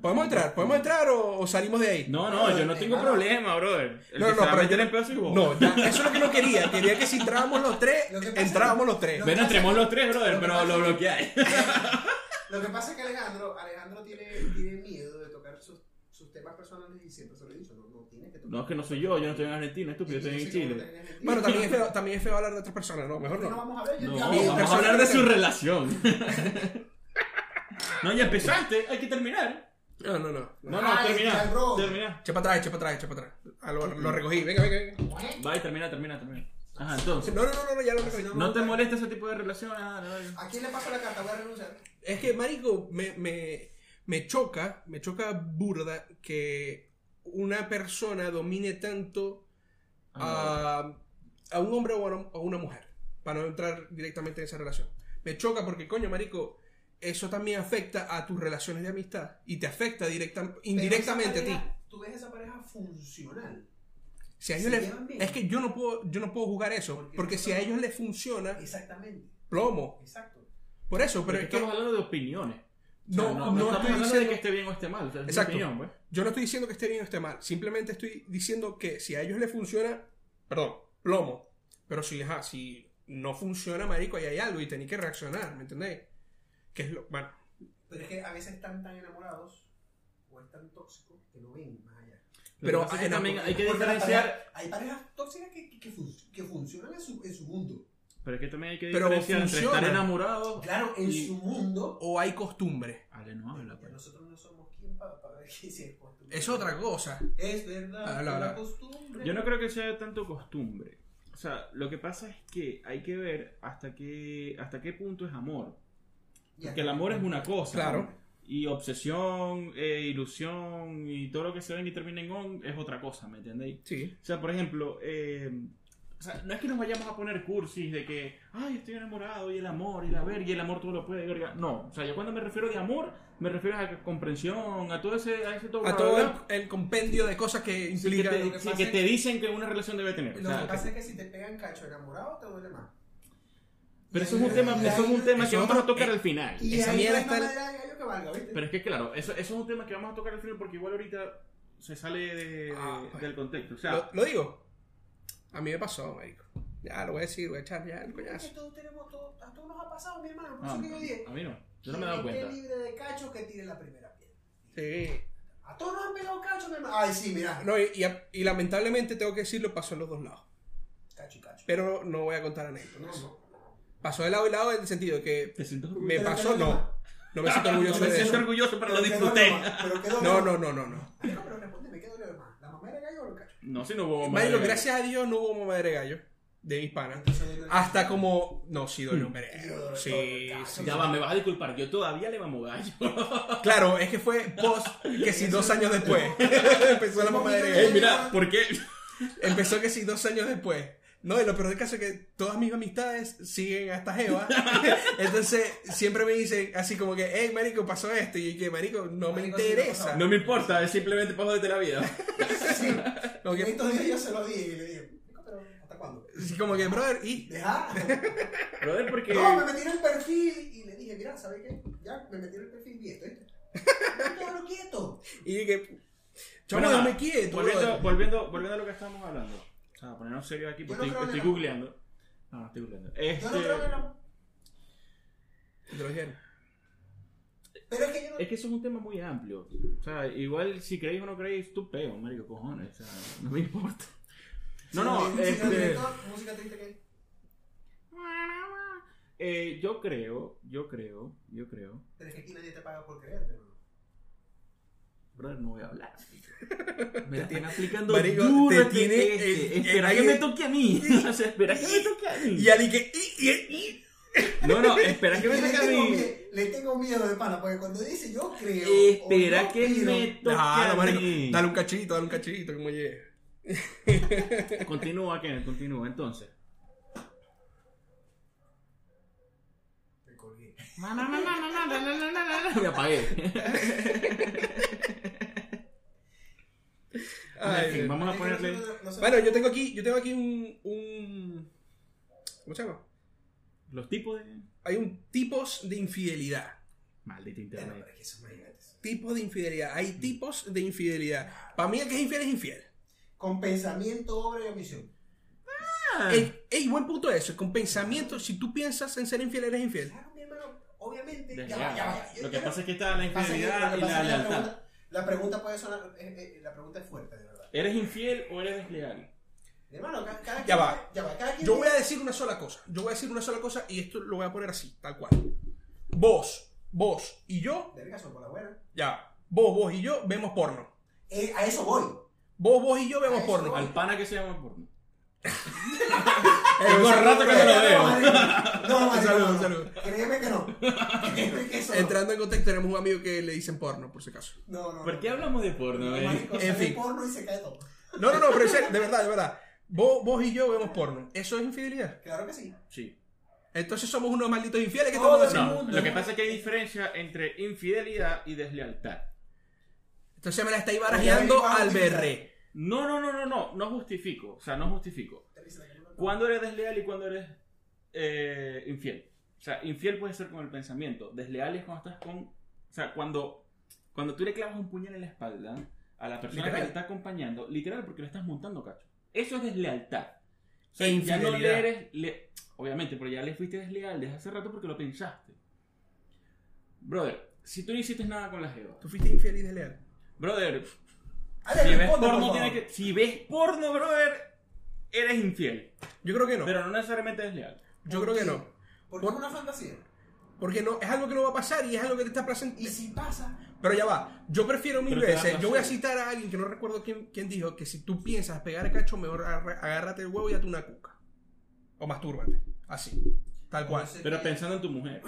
[SPEAKER 3] ¿Podemos entrar? ¿Podemos entrar o, o salimos de ahí?
[SPEAKER 2] No, no, yo no tengo
[SPEAKER 1] Ah.
[SPEAKER 2] problema, brother. El
[SPEAKER 3] No,
[SPEAKER 2] que se
[SPEAKER 3] no,
[SPEAKER 2] va a
[SPEAKER 3] pero
[SPEAKER 2] meter
[SPEAKER 3] yo-
[SPEAKER 2] en pedo soy vos.
[SPEAKER 3] No, ya, eso es lo que no quería. Quería que si entrábamos los tres,
[SPEAKER 1] Lo que pasa-
[SPEAKER 3] entrábamos los tres.
[SPEAKER 1] lo que-
[SPEAKER 2] Ven, entremos los tres,
[SPEAKER 1] Lo
[SPEAKER 2] brother,
[SPEAKER 1] que
[SPEAKER 2] pero
[SPEAKER 1] pasa-
[SPEAKER 2] lo bloqueáis.
[SPEAKER 1] Lo que pasa es que Alejandro, Alejandro tiene, tiene miedo de tocar sus, sus temas personales y siempre se lo he dicho, no, no tiene que tocar.
[SPEAKER 2] No, es que no soy yo, yo no estoy en Argentina,
[SPEAKER 1] Y
[SPEAKER 2] estúpido, estoy en
[SPEAKER 1] entonces, ¿cómo
[SPEAKER 2] Chile.
[SPEAKER 1] te vienes aquí?
[SPEAKER 3] Bueno, también es, feo,
[SPEAKER 1] [laughs]
[SPEAKER 3] también es feo hablar de otras personas, ¿no? Mejor
[SPEAKER 1] no.
[SPEAKER 3] no.
[SPEAKER 1] vamos a hablar, yo
[SPEAKER 2] No,
[SPEAKER 1] ya-
[SPEAKER 3] mí,
[SPEAKER 2] vamos a
[SPEAKER 3] personalmente-
[SPEAKER 2] hablar de su relación. [laughs] No, ya empezaste, hay que terminar.
[SPEAKER 3] No, no, no.
[SPEAKER 2] No, no,
[SPEAKER 1] Ay,
[SPEAKER 2] termina.
[SPEAKER 1] cabrón.
[SPEAKER 2] Termina.
[SPEAKER 3] Echa para atrás, echa para atrás, echa para atrás. Ah, lo, lo recogí. Venga, venga, venga.
[SPEAKER 1] ¿Eh?
[SPEAKER 2] Vale, termina, termina, termina. Ajá, entonces.
[SPEAKER 3] No, no, no, no, ya lo recogí.
[SPEAKER 2] No te molesta ese tipo de relación, Ah, nada, nada.
[SPEAKER 3] Ah,
[SPEAKER 1] ¿A quién le paso la carta? Voy a renunciar.
[SPEAKER 3] Es que, marico, me, me, me choca, me choca burda que una persona domine tanto
[SPEAKER 2] Ah,
[SPEAKER 1] Ah.
[SPEAKER 3] a, a un hombre o a una- a una mujer, para no entrar directamente en esa relación. Me choca porque, coño, marico, eso también afecta a tus relaciones de amistad y te afecta directa, indirectamente a
[SPEAKER 1] Pero esa
[SPEAKER 3] ti.
[SPEAKER 1] pareja- Tú ves esa pareja funcional.
[SPEAKER 3] Si a
[SPEAKER 1] se
[SPEAKER 3] ellos les-
[SPEAKER 1] llevan bien.
[SPEAKER 3] es que yo no puedo, yo no puedo jugar eso,
[SPEAKER 1] Porque
[SPEAKER 3] porque
[SPEAKER 1] no-
[SPEAKER 3] si a ellos les funciona,
[SPEAKER 1] Exactamente.
[SPEAKER 3] plomo.
[SPEAKER 1] Exacto.
[SPEAKER 3] Por eso, pero
[SPEAKER 2] Pero
[SPEAKER 3] es que
[SPEAKER 2] estamos hablando de opiniones. O sea,
[SPEAKER 3] no, no,
[SPEAKER 2] estamos
[SPEAKER 3] estoy
[SPEAKER 2] hablando de
[SPEAKER 3] diciendo
[SPEAKER 2] que esté bien o esté mal. o sea, es mi
[SPEAKER 3] Exacto.
[SPEAKER 2] opinión, pues.
[SPEAKER 3] Yo no estoy diciendo que esté bien o esté mal. Simplemente estoy diciendo que si a ellos les funciona, perdón, plomo. Pero si, ajá, si no funciona, marico, ahí hay algo y tenéis que reaccionar, ¿me entendéis? Que es lo. Bueno,
[SPEAKER 1] Pero es que a veces están tan enamorados o es tan tóxico que no ven más allá.
[SPEAKER 3] Pero
[SPEAKER 2] Pero
[SPEAKER 3] en-
[SPEAKER 2] también hay que
[SPEAKER 1] Porque las
[SPEAKER 2] diferenciar.
[SPEAKER 1] parejas- hay parejas tóxicas que, que, que fun- que funcionan en su, en su mundo.
[SPEAKER 2] Pero es que también hay que
[SPEAKER 3] Pero
[SPEAKER 2] diferenciar entre
[SPEAKER 3] funciona.
[SPEAKER 2] estar enamorado.
[SPEAKER 1] Claro, en
[SPEAKER 2] Y- Oh,
[SPEAKER 1] su mundo.
[SPEAKER 3] o hay costumbre.
[SPEAKER 2] Ale, no habla, pues.
[SPEAKER 1] Nosotros no somos quien para, ver qué si es costumbre.
[SPEAKER 3] Es otra cosa.
[SPEAKER 1] Es verdad,
[SPEAKER 3] Habla,
[SPEAKER 1] es una
[SPEAKER 3] habla.
[SPEAKER 1] costumbre.
[SPEAKER 2] Yo no creo que sea tanto costumbre. O sea, lo que pasa es que hay que ver hasta qué, hasta qué punto es amor.
[SPEAKER 1] Ya.
[SPEAKER 2] Que el amor es una cosa.
[SPEAKER 3] Claro.
[SPEAKER 2] ¿no? Y obsesión, e ilusión y todo lo que se ven y termina en on es otra cosa, ¿me entendéis?
[SPEAKER 3] Sí.
[SPEAKER 2] O sea, por ejemplo, eh, o sea, no es que nos vayamos a poner cursis de que, ay, estoy enamorado y el amor y la verga y el amor todo lo puede, verga. No, o sea, yo cuando me refiero de amor, me refiero a comprensión, a todo ese, a ese todo.
[SPEAKER 3] A todo el, el compendio de cosas que
[SPEAKER 2] Sí, que
[SPEAKER 3] implica.
[SPEAKER 2] te,
[SPEAKER 1] lo que
[SPEAKER 2] sí,
[SPEAKER 1] pasa
[SPEAKER 2] que
[SPEAKER 1] es-
[SPEAKER 2] te dicen que una relación debe tener.
[SPEAKER 1] Lo
[SPEAKER 2] o sea,
[SPEAKER 1] que pasa
[SPEAKER 2] que-
[SPEAKER 1] es que si te pegan cacho enamorado, te duele más.
[SPEAKER 2] pero
[SPEAKER 1] Y
[SPEAKER 2] eso es un
[SPEAKER 1] ahí-
[SPEAKER 2] tema,
[SPEAKER 1] y
[SPEAKER 2] eso es
[SPEAKER 1] ahí-
[SPEAKER 2] un tema que
[SPEAKER 3] eso
[SPEAKER 2] vamos a
[SPEAKER 3] otro-
[SPEAKER 2] tocar
[SPEAKER 3] eh,
[SPEAKER 2] al final.
[SPEAKER 1] Y
[SPEAKER 3] Esa
[SPEAKER 1] ahí
[SPEAKER 3] mierda
[SPEAKER 1] no hay
[SPEAKER 3] está-
[SPEAKER 1] manera de gallo que valga, ¿viste?
[SPEAKER 2] Pero es que claro, eso, eso es un tema que vamos a tocar al final porque igual ahorita se sale de-
[SPEAKER 3] Ah,
[SPEAKER 2] de-
[SPEAKER 3] bueno.
[SPEAKER 2] del contexto. O sea,
[SPEAKER 3] ¿Lo, lo digo? A mí me pasó, marico. Ya, lo voy a decir, voy a echar ya el
[SPEAKER 1] Es que
[SPEAKER 3] coñazo.
[SPEAKER 1] todos tenemos, todo, a todos nos ha pasado, mi hermano. Por
[SPEAKER 2] ah,
[SPEAKER 1] eso que yo dije.
[SPEAKER 2] a mí no, yo no me he dado
[SPEAKER 1] quien esté
[SPEAKER 2] cuenta.
[SPEAKER 1] libre de cacho que tire la primera piedra.
[SPEAKER 3] Sí.
[SPEAKER 1] A todos nos han pegado cacho, mi hermano. Ay, sí, mira.
[SPEAKER 3] No, y, y a- y lamentablemente tengo que decirlo, pasó en los dos lados.
[SPEAKER 1] Cacho y cacho.
[SPEAKER 3] Pero no voy a contar
[SPEAKER 1] No,
[SPEAKER 3] anécdotas.
[SPEAKER 1] no.
[SPEAKER 3] Pasó de lado y lado en el sentido de que
[SPEAKER 2] Te [laughs] siento
[SPEAKER 3] me
[SPEAKER 2] orgulloso.
[SPEAKER 1] Pero
[SPEAKER 3] pasó,
[SPEAKER 1] qué
[SPEAKER 3] no.
[SPEAKER 1] broma.
[SPEAKER 3] [laughs] No me siento orgulloso
[SPEAKER 2] Me
[SPEAKER 3] de
[SPEAKER 2] siento
[SPEAKER 3] eso.
[SPEAKER 2] orgulloso, pero lo
[SPEAKER 1] qué
[SPEAKER 2] disfruté.
[SPEAKER 1] duele más, Pero qué duele
[SPEAKER 3] No,
[SPEAKER 1] más.
[SPEAKER 3] no, no, no, no.
[SPEAKER 1] Pero, pero respóndeme, ¿qué duele más? ¿La mamá era gallo o el cacho?
[SPEAKER 2] No, si no hubo más.
[SPEAKER 3] Marico, gracias a Dios no hubo mamadre de gallo de mis panas.
[SPEAKER 1] Entonces, duele más.
[SPEAKER 3] Hasta como. No, sí dolió un verero. Mm. Sí, sí.
[SPEAKER 2] Ya va, me vas a disculpar, yo todavía le vamos gallo. [laughs]
[SPEAKER 3] Claro, es que fue post que si dos años [laughs] después. Empezó la mamadera de
[SPEAKER 2] Ey,
[SPEAKER 3] gallo.
[SPEAKER 2] mira, ¿por qué?
[SPEAKER 3] Empezó que sí, dos años después. No, y lo peor del caso es que todas mis amistades siguen hasta [laughs] Jeva. Entonces, siempre me dicen así como que, hey, marico, pasó esto. Y yo que, marico, no me
[SPEAKER 1] Marico, sí,
[SPEAKER 3] interesa.
[SPEAKER 2] No me importa, es simplemente paso de la vida.
[SPEAKER 1] Sí.
[SPEAKER 3] Como que,
[SPEAKER 1] Estos días yo se lo dije y le dije, "Marico, pero ¿hasta cuándo?
[SPEAKER 3] así como que, brother, y... [laughs]
[SPEAKER 1] Deja.
[SPEAKER 2] Brother, porque.
[SPEAKER 1] No, me metí en el perfil y le dije, mira, ¿sabes qué? Ya, me metí en el perfil quieto, ¿eh? No, quedaron quieto.
[SPEAKER 3] Y yo que, chamo,
[SPEAKER 2] Bueno, nada,
[SPEAKER 3] dame quieto,
[SPEAKER 2] Volviendo,
[SPEAKER 3] brother.
[SPEAKER 2] volviendo, volviendo a lo que estábamos hablando. O sea, ponernos serio aquí, porque
[SPEAKER 1] Yo no
[SPEAKER 2] estoy,
[SPEAKER 1] creo en
[SPEAKER 2] estoy
[SPEAKER 1] el amor.
[SPEAKER 2] googleando. No, no estoy googleando.
[SPEAKER 1] Yo no creo que
[SPEAKER 2] Este,
[SPEAKER 1] no.
[SPEAKER 3] Te lo dijeron.
[SPEAKER 1] Pero es que yo no.
[SPEAKER 2] es que eso es un tema muy amplio. O sea, igual si creéis o no creéis, tú peo, marico, cojones. O sea, no me importa. No, no,
[SPEAKER 1] Música
[SPEAKER 2] este.
[SPEAKER 1] triste, Música triste que.
[SPEAKER 2] eh, yo creo, yo creo, yo creo.
[SPEAKER 1] Pero es que aquí nadie te paga por creerte, hermano.
[SPEAKER 2] Brother, no voy a hablar. Me la están aplicando
[SPEAKER 3] Marico,
[SPEAKER 2] duro
[SPEAKER 3] te
[SPEAKER 2] este-
[SPEAKER 3] tiene
[SPEAKER 2] este.
[SPEAKER 3] el-
[SPEAKER 2] espera
[SPEAKER 3] el-
[SPEAKER 2] que me toque a mí. O sea, espera que me toque a mí.
[SPEAKER 3] Y Ali que, y, y, y.
[SPEAKER 2] No, no,
[SPEAKER 1] [laughs]
[SPEAKER 2] espera que me
[SPEAKER 1] le,
[SPEAKER 2] toque a
[SPEAKER 1] tengo
[SPEAKER 2] mí.
[SPEAKER 1] miedo, le tengo miedo de pana, porque cuando dice yo creo. o
[SPEAKER 2] Espera
[SPEAKER 1] yo
[SPEAKER 2] que
[SPEAKER 1] creo",
[SPEAKER 2] me toque
[SPEAKER 3] Claro,
[SPEAKER 2] a
[SPEAKER 3] marico,
[SPEAKER 2] mí.
[SPEAKER 3] dale un cachito, dale un cachito, como llegue.
[SPEAKER 2] Continúa, Kenneth, continúa. Entonces.
[SPEAKER 1] Me colgué.
[SPEAKER 2] Me apagué.
[SPEAKER 3] Ay,
[SPEAKER 2] En fin,
[SPEAKER 3] Dios.
[SPEAKER 2] vamos a ponerle.
[SPEAKER 3] Bueno, yo tengo aquí, yo tengo aquí un, un- ¿Cómo se llama?
[SPEAKER 2] [laughs] Los tipos de.
[SPEAKER 3] Hay un tipos de infidelidad.
[SPEAKER 2] Maldito
[SPEAKER 1] Bueno, pero
[SPEAKER 2] internet.
[SPEAKER 1] es que eso, imagínate eso.
[SPEAKER 3] Tipos de infidelidad. Hay tipos de infidelidad. Para mí el que es infiel es infiel.
[SPEAKER 1] Con pensamiento, obra y omisión.
[SPEAKER 2] Ah.
[SPEAKER 3] Ey, ey, buen punto eso. Con pensamiento, si tú piensas en ser infiel, eres infiel.
[SPEAKER 1] Claro, mi hermano, obviamente.
[SPEAKER 2] Desde
[SPEAKER 1] ya va, ya va.
[SPEAKER 2] ya. Lo que
[SPEAKER 1] Ya-
[SPEAKER 2] pasa es que está la
[SPEAKER 1] pasa que-
[SPEAKER 2] infidelidad
[SPEAKER 1] lo
[SPEAKER 2] y
[SPEAKER 1] que pasa
[SPEAKER 2] la
[SPEAKER 1] es que la
[SPEAKER 2] lealtad.
[SPEAKER 1] pregunta- La pregunta puede sonar. eh, eh, La pregunta es fuerte, de verdad.
[SPEAKER 2] ¿Eres infiel o eres desleal?
[SPEAKER 1] Mi hermano, ca- cada, quien.
[SPEAKER 3] Ya va.
[SPEAKER 1] Ya va. Cada quien
[SPEAKER 3] Yo voy a
[SPEAKER 1] tiene-
[SPEAKER 3] decir una sola cosa. Yo voy a decir una sola cosa y esto lo voy a poner así, tal cual. Vos, vos y yo,
[SPEAKER 1] Verga, son por la buena.
[SPEAKER 3] ya. Vos, vos y yo vemos porno.
[SPEAKER 1] Eh, a eso voy.
[SPEAKER 3] Vos, vos y yo vemos
[SPEAKER 1] Eso.
[SPEAKER 3] porno.
[SPEAKER 2] Al pana que se llama porno.
[SPEAKER 3] Tengo rato que no lo veo.
[SPEAKER 1] No, no,
[SPEAKER 3] Un
[SPEAKER 1] no,
[SPEAKER 3] saludo,
[SPEAKER 1] no,
[SPEAKER 3] un
[SPEAKER 1] no.
[SPEAKER 3] saludo.
[SPEAKER 1] Créeme que no. Créeme que eso. no.
[SPEAKER 3] Entrando en contexto, tenemos un amigo que le dicen porno, por si acaso.
[SPEAKER 1] No, no. no.
[SPEAKER 2] ¿Por qué hablamos de porno? eh?
[SPEAKER 1] Marico,
[SPEAKER 3] En
[SPEAKER 1] en
[SPEAKER 3] fin.
[SPEAKER 1] fin. porno y se cae todo.
[SPEAKER 3] No, no, no, pero en serio, de verdad, de verdad. Vos, vos y yo vemos porno. Eso es infidelidad.
[SPEAKER 1] Claro que sí.
[SPEAKER 2] Sí.
[SPEAKER 3] Entonces somos unos malditos infieles que
[SPEAKER 1] Todo
[SPEAKER 3] estamos
[SPEAKER 1] el
[SPEAKER 3] haciendo.
[SPEAKER 2] No,
[SPEAKER 1] mundo.
[SPEAKER 2] lo que pasa es que hay diferencia entre infidelidad y deslealtad.
[SPEAKER 3] Entonces me la estáis barajeando
[SPEAKER 1] Ya
[SPEAKER 3] al
[SPEAKER 1] averiguamos,
[SPEAKER 3] berre.
[SPEAKER 2] No, no, no, no, no, no justifico. O sea, no justifico.
[SPEAKER 1] Te dice la película.
[SPEAKER 2] ¿Cuándo eres desleal y cuándo eres eh, infiel? O sea, infiel puede ser con el pensamiento. Desleal es cuando estás con. O sea, cuando, cuando tú le clavas un puñal en la espalda a la persona que
[SPEAKER 3] Literal.
[SPEAKER 2] te está acompañando, literal, porque le estás montando cacho. Eso es deslealtad. O sea,
[SPEAKER 3] E
[SPEAKER 2] ya no le
[SPEAKER 3] infidelidad.
[SPEAKER 2] eres. le- obviamente, pero ya le fuiste desleal desde hace rato porque lo pensaste. Brother, si tú no hiciste nada con la Jeva.
[SPEAKER 3] Tú fuiste infiel y desleal.
[SPEAKER 2] Brother,
[SPEAKER 1] Ale,
[SPEAKER 2] si ves
[SPEAKER 1] responde, por
[SPEAKER 2] porno,
[SPEAKER 1] favor.
[SPEAKER 2] tiene que- si ves porno, brother, eres infiel.
[SPEAKER 3] Yo creo que no.
[SPEAKER 2] Pero no necesariamente desleal.
[SPEAKER 3] Yo creo que no.
[SPEAKER 1] Porque es una fantasía.
[SPEAKER 3] Porque no, es algo que no va a pasar y es algo que te está presente.
[SPEAKER 1] Y si pasa,
[SPEAKER 3] Pero ya va. Yo prefiero mil
[SPEAKER 2] Pero te da
[SPEAKER 3] veces. Yo voy a
[SPEAKER 2] razón.
[SPEAKER 3] citar a alguien que no recuerdo quién, quién dijo que si tú piensas pegar cacho, mejor agarra- agárrate el huevo y hazte una cuca. O mastúrbate. Así. Tal cual.
[SPEAKER 1] Por eso
[SPEAKER 2] Pero
[SPEAKER 1] que-
[SPEAKER 2] pensando en tu mujer.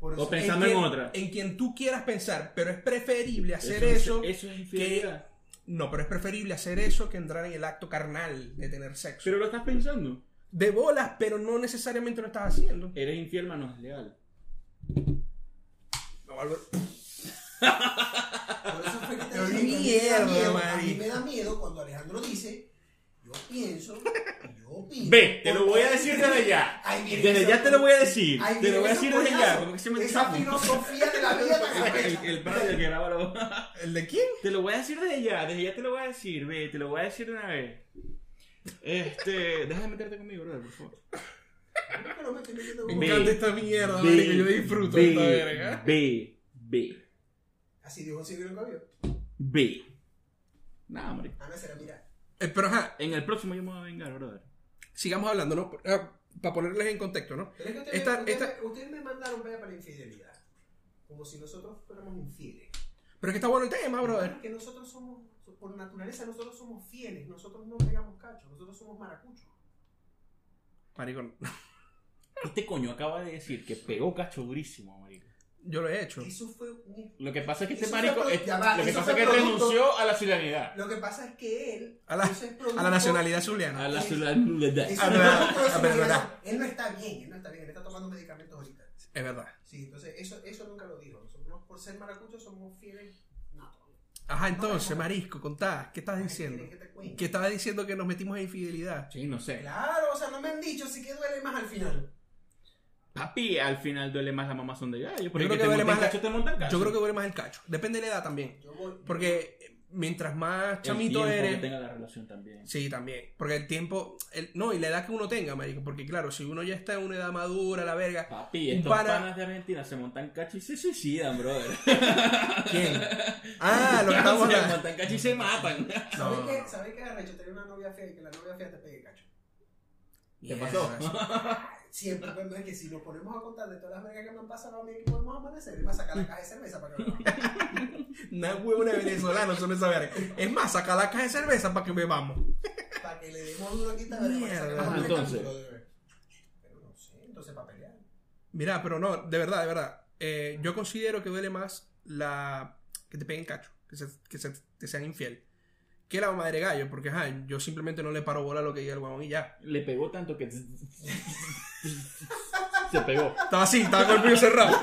[SPEAKER 1] por eso
[SPEAKER 2] o
[SPEAKER 1] que-
[SPEAKER 2] pensando- en
[SPEAKER 3] quien,
[SPEAKER 2] otra.
[SPEAKER 3] En quien tú quieras pensar, pero es preferible hacer
[SPEAKER 2] es-
[SPEAKER 3] eso.
[SPEAKER 2] eso es infidelidad.
[SPEAKER 3] No, pero es preferible hacer eso que entrar en el acto carnal de tener sexo.
[SPEAKER 2] Pero lo estás pensando.
[SPEAKER 3] de bolas, pero no necesariamente lo estás haciendo.
[SPEAKER 2] Eres infiel, mano, es leal.
[SPEAKER 1] por eso
[SPEAKER 2] [laughs]
[SPEAKER 1] fue que te
[SPEAKER 3] Pero
[SPEAKER 1] dije que a mí me da
[SPEAKER 3] mierda,
[SPEAKER 1] miedo, A mí
[SPEAKER 3] marico.
[SPEAKER 1] me da miedo cuando Alejandro dice, yo pienso, y yo opino.
[SPEAKER 2] Ve, te lo voy a decir desde ya. Desde ya te lo voy a decir.
[SPEAKER 1] Ay,
[SPEAKER 2] Te
[SPEAKER 1] mira,
[SPEAKER 2] lo voy a
[SPEAKER 1] ese
[SPEAKER 2] decir desde ya.
[SPEAKER 1] coñazo.
[SPEAKER 2] Como que se me
[SPEAKER 1] Esa filosofía de la vida
[SPEAKER 2] [laughs]
[SPEAKER 1] tan
[SPEAKER 2] El, el
[SPEAKER 1] arrecha.
[SPEAKER 2] pana que graba los-
[SPEAKER 3] ¿El de quién?
[SPEAKER 2] [laughs] Te lo voy a decir desde ya. Desde ya te lo voy a decir. Ve, te lo voy a decir de una vez. Este. Deja de meterte conmigo, brother, por favor.
[SPEAKER 1] Pero me estoy metiendo
[SPEAKER 3] Me
[SPEAKER 1] con-
[SPEAKER 2] Ve,
[SPEAKER 3] encanta esta mierda,
[SPEAKER 2] ve,
[SPEAKER 3] marico, yo disfruto
[SPEAKER 2] ve,
[SPEAKER 3] esta verga.
[SPEAKER 2] Ve, ve,
[SPEAKER 1] Así dijo Silvio en el Ah, cabello.
[SPEAKER 2] ve. Nah, hombre.
[SPEAKER 1] Ana será, mira.
[SPEAKER 3] Eh, pero ajá,
[SPEAKER 2] En el próximo yo me voy a vengar, brother.
[SPEAKER 3] sigamos hablando, ¿no? para ponerles en contexto, ¿no?
[SPEAKER 1] Pero es que ustedes,
[SPEAKER 3] Esta-
[SPEAKER 1] ustedes-
[SPEAKER 3] esta-
[SPEAKER 1] ustedes me mandaron vaya para la infidelidad. Como si nosotros fuéramos infieles.
[SPEAKER 3] Pero es que está bueno el tema, Ah, brother.
[SPEAKER 1] Porque nosotros somos, por naturaleza, nosotros somos fieles. Nosotros no pegamos cacho. Nosotros somos maracuchos.
[SPEAKER 3] Marico,
[SPEAKER 2] Este coño acaba de decir que pegó cacho durísimo, marico.
[SPEAKER 3] yo lo he hecho.
[SPEAKER 1] Eso fue un...
[SPEAKER 2] Lo que pasa es que este
[SPEAKER 1] Eso fue
[SPEAKER 2] marico.
[SPEAKER 1] pro-
[SPEAKER 2] es-
[SPEAKER 1] ya va,
[SPEAKER 2] lo que
[SPEAKER 1] eso
[SPEAKER 2] pasa es
[SPEAKER 1] fue
[SPEAKER 2] que
[SPEAKER 1] producto-
[SPEAKER 2] renunció a la ciudadanía.
[SPEAKER 1] Lo que pasa es que él...
[SPEAKER 3] A la,
[SPEAKER 1] eso es producto-
[SPEAKER 3] a la nacionalidad
[SPEAKER 2] A
[SPEAKER 3] zuliana.
[SPEAKER 2] la ciudadanía.
[SPEAKER 1] eso
[SPEAKER 3] a
[SPEAKER 1] es
[SPEAKER 3] la-
[SPEAKER 1] producto de
[SPEAKER 3] a
[SPEAKER 1] su
[SPEAKER 3] ver,
[SPEAKER 1] generación.
[SPEAKER 3] verdad.
[SPEAKER 1] Él no está bien, él no está bien. Él está tomando medicamentos ahorita.
[SPEAKER 3] Es verdad.
[SPEAKER 1] Sí, entonces eso, eso nunca lo dijo. Nosotros por ser maracuchos somos fieles. No.
[SPEAKER 3] Ajá, entonces, marisco, contá, ¿qué estás diciendo?
[SPEAKER 1] ¿Quieres que te cuente?
[SPEAKER 3] Que estabas diciendo que nos metimos en infidelidad.
[SPEAKER 2] Sí, no sé.
[SPEAKER 1] Claro, o sea, no me han dicho, sí que duele más al final.
[SPEAKER 2] Papi, al final duele más la mamazón de gallo. Porque
[SPEAKER 3] creo
[SPEAKER 2] que
[SPEAKER 3] que
[SPEAKER 2] te
[SPEAKER 3] duele
[SPEAKER 2] montan
[SPEAKER 3] más la-
[SPEAKER 2] cacho, te montan cacho.
[SPEAKER 3] Yo creo que duele más el cacho. Depende de la edad también.
[SPEAKER 1] Yo voy-
[SPEAKER 3] Porque eh, mientras más
[SPEAKER 2] El
[SPEAKER 3] chamito
[SPEAKER 2] tiempo
[SPEAKER 3] eres.
[SPEAKER 2] que tenga la relación también.
[SPEAKER 3] Sí, también. Porque el tiempo. el- no, y la edad que uno tenga, marico. Porque claro, si uno ya está en una edad madura, la verga.
[SPEAKER 2] Papi,
[SPEAKER 3] Un
[SPEAKER 2] estos
[SPEAKER 3] pana-
[SPEAKER 2] panas de Argentina se montan cacho y se suicidan, brother. [laughs]
[SPEAKER 3] ¿Quién? Ah, lo que estamos
[SPEAKER 2] se
[SPEAKER 3] hablando.
[SPEAKER 2] montan cacho y se matan.
[SPEAKER 1] ¿Sabes
[SPEAKER 3] No.
[SPEAKER 1] qué? ¿Sabes qué arrecho? Tener una novia fea y que la novia fea te pegue cacho.
[SPEAKER 2] ¿Qué
[SPEAKER 3] Mierda,
[SPEAKER 2] pasó?
[SPEAKER 3] eso.
[SPEAKER 1] Siempre, pero es que si nos ponemos a contar de todas las vergas que me han pasado a mí, que podemos amanecer, él va a sacar la caja de cerveza para que bebamos.
[SPEAKER 3] [laughs] [laughs] Una huevona de venezolano son esa verga. Es más, saca la caja de cerveza para que bebamos.
[SPEAKER 1] Para que le demos duro aquí, te
[SPEAKER 3] Mierda.
[SPEAKER 2] Entonces.
[SPEAKER 1] Pero no sé, entonces para pelear.
[SPEAKER 3] Mira, pero no, de verdad, de verdad. Eh, yo considero que duele más la. que te peguen cacho, que, se, que se- te sean infiel. Que la madre gallo, porque ajá,
[SPEAKER 2] [laughs]
[SPEAKER 3] yo simplemente no le paro bola a lo que diga el huevón y ya.
[SPEAKER 2] Le pegó tanto que. Se pegó.
[SPEAKER 3] Estaba así, estaba con el puño cerrado.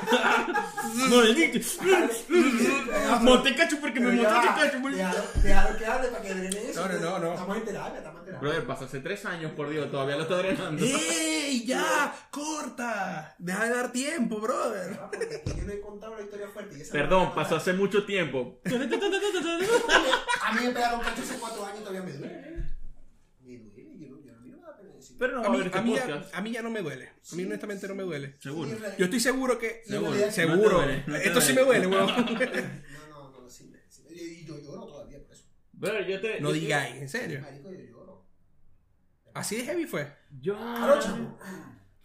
[SPEAKER 2] Maldito. Monté cacho porque me
[SPEAKER 1] Pero
[SPEAKER 2] monté
[SPEAKER 1] ya va,
[SPEAKER 2] cacho. maldito.
[SPEAKER 1] Déjalo déjalo que hable para que drene eso.
[SPEAKER 3] No, no, no, no.
[SPEAKER 1] Estamos en terapia, estamos en terapia.
[SPEAKER 2] Brother, pasó hace tres años, por Dios, todavía lo está drenando.
[SPEAKER 3] [laughs] ¡Ey! ¡Ya! ¡Corta! Deja de dar tiempo, brother.
[SPEAKER 1] Ah, porque Yo no he contado la historia fuerte. y esa-
[SPEAKER 2] Perdón, pasó hace mucho tiempo.
[SPEAKER 1] A mí me pegaron cacho hace cuatro años y todavía me duele. Me duele, yo no, yo no, a mí no me da pena decir.
[SPEAKER 2] Pero no,
[SPEAKER 3] A
[SPEAKER 2] va a
[SPEAKER 3] mí,
[SPEAKER 2] ver,
[SPEAKER 3] a,
[SPEAKER 2] este
[SPEAKER 3] mí ya,
[SPEAKER 2] podcast.
[SPEAKER 3] a mí ya no me duele. A mí honestamente no me duele.
[SPEAKER 2] Seguro.
[SPEAKER 3] Yo estoy seguro que...
[SPEAKER 1] Seguro.
[SPEAKER 2] No
[SPEAKER 3] Seguro.
[SPEAKER 2] te duele, no te
[SPEAKER 3] Esto sí me
[SPEAKER 2] [laughs]
[SPEAKER 3] duele,
[SPEAKER 1] [laughs]
[SPEAKER 3] weón.
[SPEAKER 1] No, no, no, sí, me- sí, Y yo lloro todavía por eso.
[SPEAKER 2] Brother, yo te.
[SPEAKER 3] No
[SPEAKER 2] yo-
[SPEAKER 3] digáis, en serio.
[SPEAKER 1] Marico, yo lloro.
[SPEAKER 3] Así de heavy fue.
[SPEAKER 2] Yo.
[SPEAKER 1] Claro, chamo.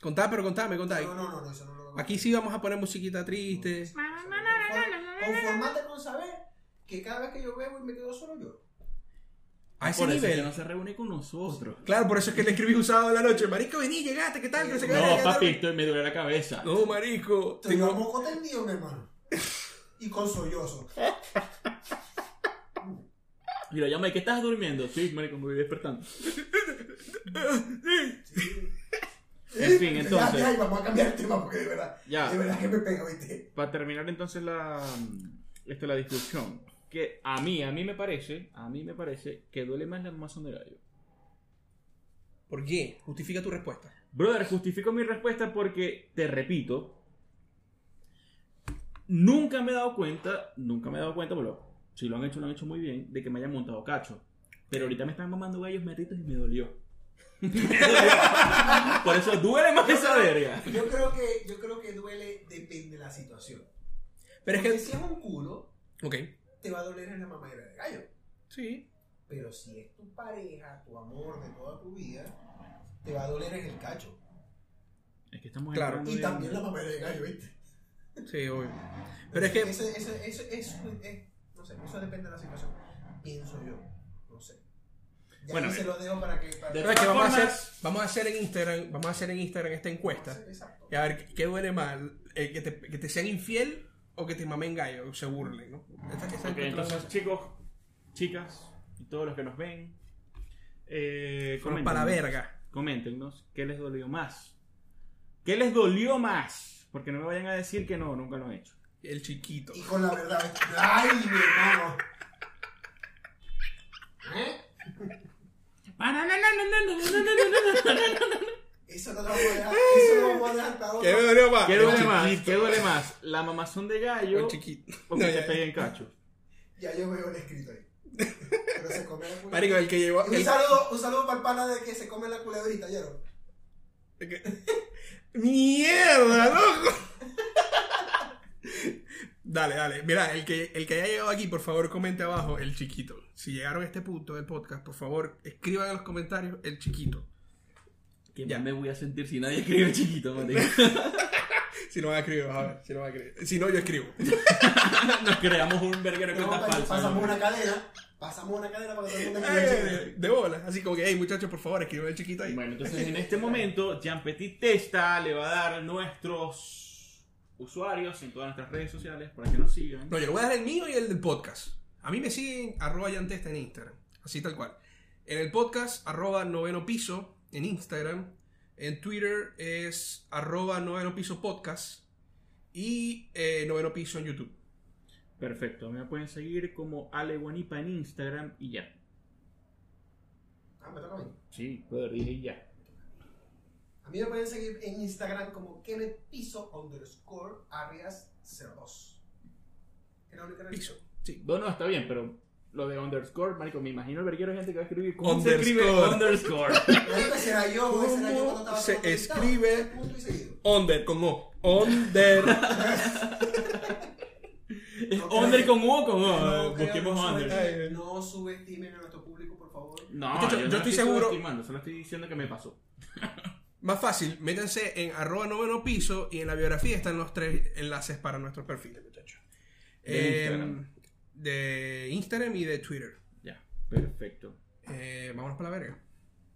[SPEAKER 3] Contá, pero contame, contá.
[SPEAKER 1] No, no, no, no, eso no lo
[SPEAKER 3] Aquí sí vamos a poner musiquita triste.
[SPEAKER 1] Conform- Conformate con saber que cada vez que yo bebo y me quedo solo lloro.
[SPEAKER 3] A ese
[SPEAKER 2] Por eso
[SPEAKER 3] nivel.
[SPEAKER 2] que no se reúne con nosotros.
[SPEAKER 3] Claro, por eso es que le escribí un sábado en la noche. Marico, vení, llegaste, ¿qué tal? Que se
[SPEAKER 2] No, papi, estoy, me duele la cabeza.
[SPEAKER 3] No, marico.
[SPEAKER 1] Te digo,
[SPEAKER 3] Tengo...
[SPEAKER 1] moco tendido, mi hermano. Y con
[SPEAKER 3] [laughs]
[SPEAKER 1] sollozo.
[SPEAKER 2] Y lo llama, ¿y qué estás durmiendo? Sí, marico, me voy despertando. En fin,
[SPEAKER 1] Ya, ya,
[SPEAKER 2] entonces,
[SPEAKER 1] y vamos a cambiar el tema porque de verdad,
[SPEAKER 3] Ah.
[SPEAKER 2] Ya.
[SPEAKER 1] de verdad que me pega, ¿viste?
[SPEAKER 2] para terminar entonces la, este, la discusión, que a mí, a mí me parece, a mí me parece que duele más la mazón de gallo.
[SPEAKER 3] ¿Por qué? Justifica tu respuesta.
[SPEAKER 2] Brother, justifico mi respuesta porque, te repito, nunca me he dado cuenta, nunca me he dado cuenta, pero si lo han hecho, lo han hecho muy bien, de que me hayan montado cacho. Pero ahorita me están mamando gallos metitos y me dolió. [laughs] Me dolió. Por eso duele más esa verga.
[SPEAKER 1] Yo creo que, yo creo que duele depende de la situación.
[SPEAKER 3] Pero es
[SPEAKER 1] Porque
[SPEAKER 3] que...
[SPEAKER 1] si es un culo,
[SPEAKER 3] Ok.
[SPEAKER 1] te va a doler en la mamadera de gallo.
[SPEAKER 3] Sí.
[SPEAKER 1] Pero si es tu pareja, tu amor de toda tu vida, te va a doler en el cacho.
[SPEAKER 2] Es que estamos
[SPEAKER 3] Claro.
[SPEAKER 2] entrando
[SPEAKER 1] Y
[SPEAKER 2] ya-
[SPEAKER 1] también la mamadera de gallo, ¿viste?
[SPEAKER 3] Sí, obvio. Pero es que...
[SPEAKER 1] Eso, eso, eso, eso, eh, no sé, eso depende de la situación. Pienso yo. No sé. Ya
[SPEAKER 2] Bueno,
[SPEAKER 1] ahí se
[SPEAKER 2] eh,
[SPEAKER 1] los dejo para que. Para
[SPEAKER 2] de-
[SPEAKER 3] ¿Sabes qué? Vamos a hacer,
[SPEAKER 2] Formas-
[SPEAKER 3] vamos a hacer en Instagram, vamos a hacer en Instagram esta encuesta.
[SPEAKER 1] Exacto.
[SPEAKER 3] Y a ver qué duele más, eh, que, te, que te sean infiel o que te mamen gallo, o se burlen, ¿no? Esa- esa
[SPEAKER 2] Ok,
[SPEAKER 3] encuesta
[SPEAKER 2] entonces, chicos, chicas y todos los que nos ven, eh,
[SPEAKER 3] la-
[SPEAKER 2] comenten,
[SPEAKER 3] para la
[SPEAKER 2] ¿no?
[SPEAKER 3] verga.
[SPEAKER 2] Coméntenos qué les dolió más. ¿Qué les dolió más? Porque no me vayan a decir que no, nunca lo han
[SPEAKER 3] [laughs]
[SPEAKER 2] hecho.
[SPEAKER 3] El chiquito.
[SPEAKER 1] Y con la verdad. ¿viste? ¡Ay, mi hermano! ¿Eh? Eso no lo vamos a dejar. Eso lo vamos a dejar hasta
[SPEAKER 3] ¿Qué
[SPEAKER 1] ahora.
[SPEAKER 3] duele más?
[SPEAKER 2] ¿Qué
[SPEAKER 3] El
[SPEAKER 2] duele
[SPEAKER 3] chiquito.
[SPEAKER 2] más? ¿Qué duele más? ¿La mamazón de
[SPEAKER 3] O El
[SPEAKER 2] gallo
[SPEAKER 3] chiquito.
[SPEAKER 2] o
[SPEAKER 3] No,
[SPEAKER 2] que te
[SPEAKER 3] ya.
[SPEAKER 2] peguen cacho?
[SPEAKER 1] Ya yo veo el escrito ahí. Pero se come la culebra.
[SPEAKER 3] Marico, el que llevó...
[SPEAKER 1] Y un
[SPEAKER 3] el-
[SPEAKER 1] saludo, un saludo para el pana de que se come la culebrita, ¿oyeron?
[SPEAKER 3] [laughs] ¡Mierda, loco! dale, dale. Mira, el que, el que haya llegado aquí, por favor, comente abajo el chiquito. Si llegaron a este punto del podcast, por favor, escriban en los comentarios el chiquito.
[SPEAKER 2] Que
[SPEAKER 3] Ya.
[SPEAKER 2] ya me voy a sentir si nadie escribe [laughs] chiquito, marico.
[SPEAKER 3] Si no van a escribir, vas a ver. Si no van a escribir. Si no, yo [laughs] escribo.
[SPEAKER 2] Nos creamos un verguero de
[SPEAKER 1] No,
[SPEAKER 2] cuentas
[SPEAKER 1] pa-
[SPEAKER 2] falsas.
[SPEAKER 1] pasamos
[SPEAKER 2] ¿no?
[SPEAKER 1] una cadena, pasamos una cadena para que todo el mundo escriba.
[SPEAKER 3] Eh, de bola. Así como que, hey, muchachos, por favor, escriban el chiquito ahí.
[SPEAKER 2] Bueno, entonces en este momento, Jean Petit Testa le va a dar nuestros usuarios en todas nuestras redes sociales para que nos sigan.
[SPEAKER 3] No, yo le voy a dar el mío y el del podcast. A mí me siguen arroba llantesta en Instagram. Así tal cual. En el podcast, arroba noveno piso en Instagram. En Twitter es arroba noveno piso podcast. Y eh, noveno piso en YouTube.
[SPEAKER 2] Perfecto, me pueden seguir como Ale Guanipa en Instagram y ya.
[SPEAKER 1] Ah, me toca a mí.
[SPEAKER 2] Sí, brother, dije y ya.
[SPEAKER 1] A mí me pueden seguir en Instagram como Kenneth Piso underscore Arias 02. Era la única red.
[SPEAKER 3] Piso. Sí.
[SPEAKER 2] No, no, está bien, pero lo de underscore, marico, me imagino el verguero de gente que va a escribir ¿Cómo se
[SPEAKER 3] Underscore.
[SPEAKER 2] escribe underscore.
[SPEAKER 3] [laughs]
[SPEAKER 1] Marico, será yo, güey, será yo cuando estaba
[SPEAKER 3] ¿Cómo se
[SPEAKER 1] todo conectado.
[SPEAKER 3] escribe?
[SPEAKER 1] Punto y seguido.
[SPEAKER 3] Onder con O.
[SPEAKER 2] [laughs]
[SPEAKER 3] Onder.
[SPEAKER 2] ¿Es under con U o con O?
[SPEAKER 1] No,
[SPEAKER 2] Eh,
[SPEAKER 1] creo,
[SPEAKER 2] Busquemos
[SPEAKER 1] no
[SPEAKER 2] under.
[SPEAKER 1] subestimen- No subestimen a nuestro público, por favor.
[SPEAKER 2] No,
[SPEAKER 3] Muchacho,
[SPEAKER 2] no
[SPEAKER 3] yo
[SPEAKER 2] la
[SPEAKER 3] estoy seguro-
[SPEAKER 2] subestimando, solo estoy diciendo que me pasó.
[SPEAKER 3] Más fácil, métanse en arroba noveno piso y en la biografía están los tres enlaces para nuestros perfiles, muchachos.
[SPEAKER 2] De
[SPEAKER 3] Eh,
[SPEAKER 2] Instagram.
[SPEAKER 3] de Instagram y de Twitter.
[SPEAKER 2] Ya, perfecto.
[SPEAKER 3] Eh, vámonos para la verga.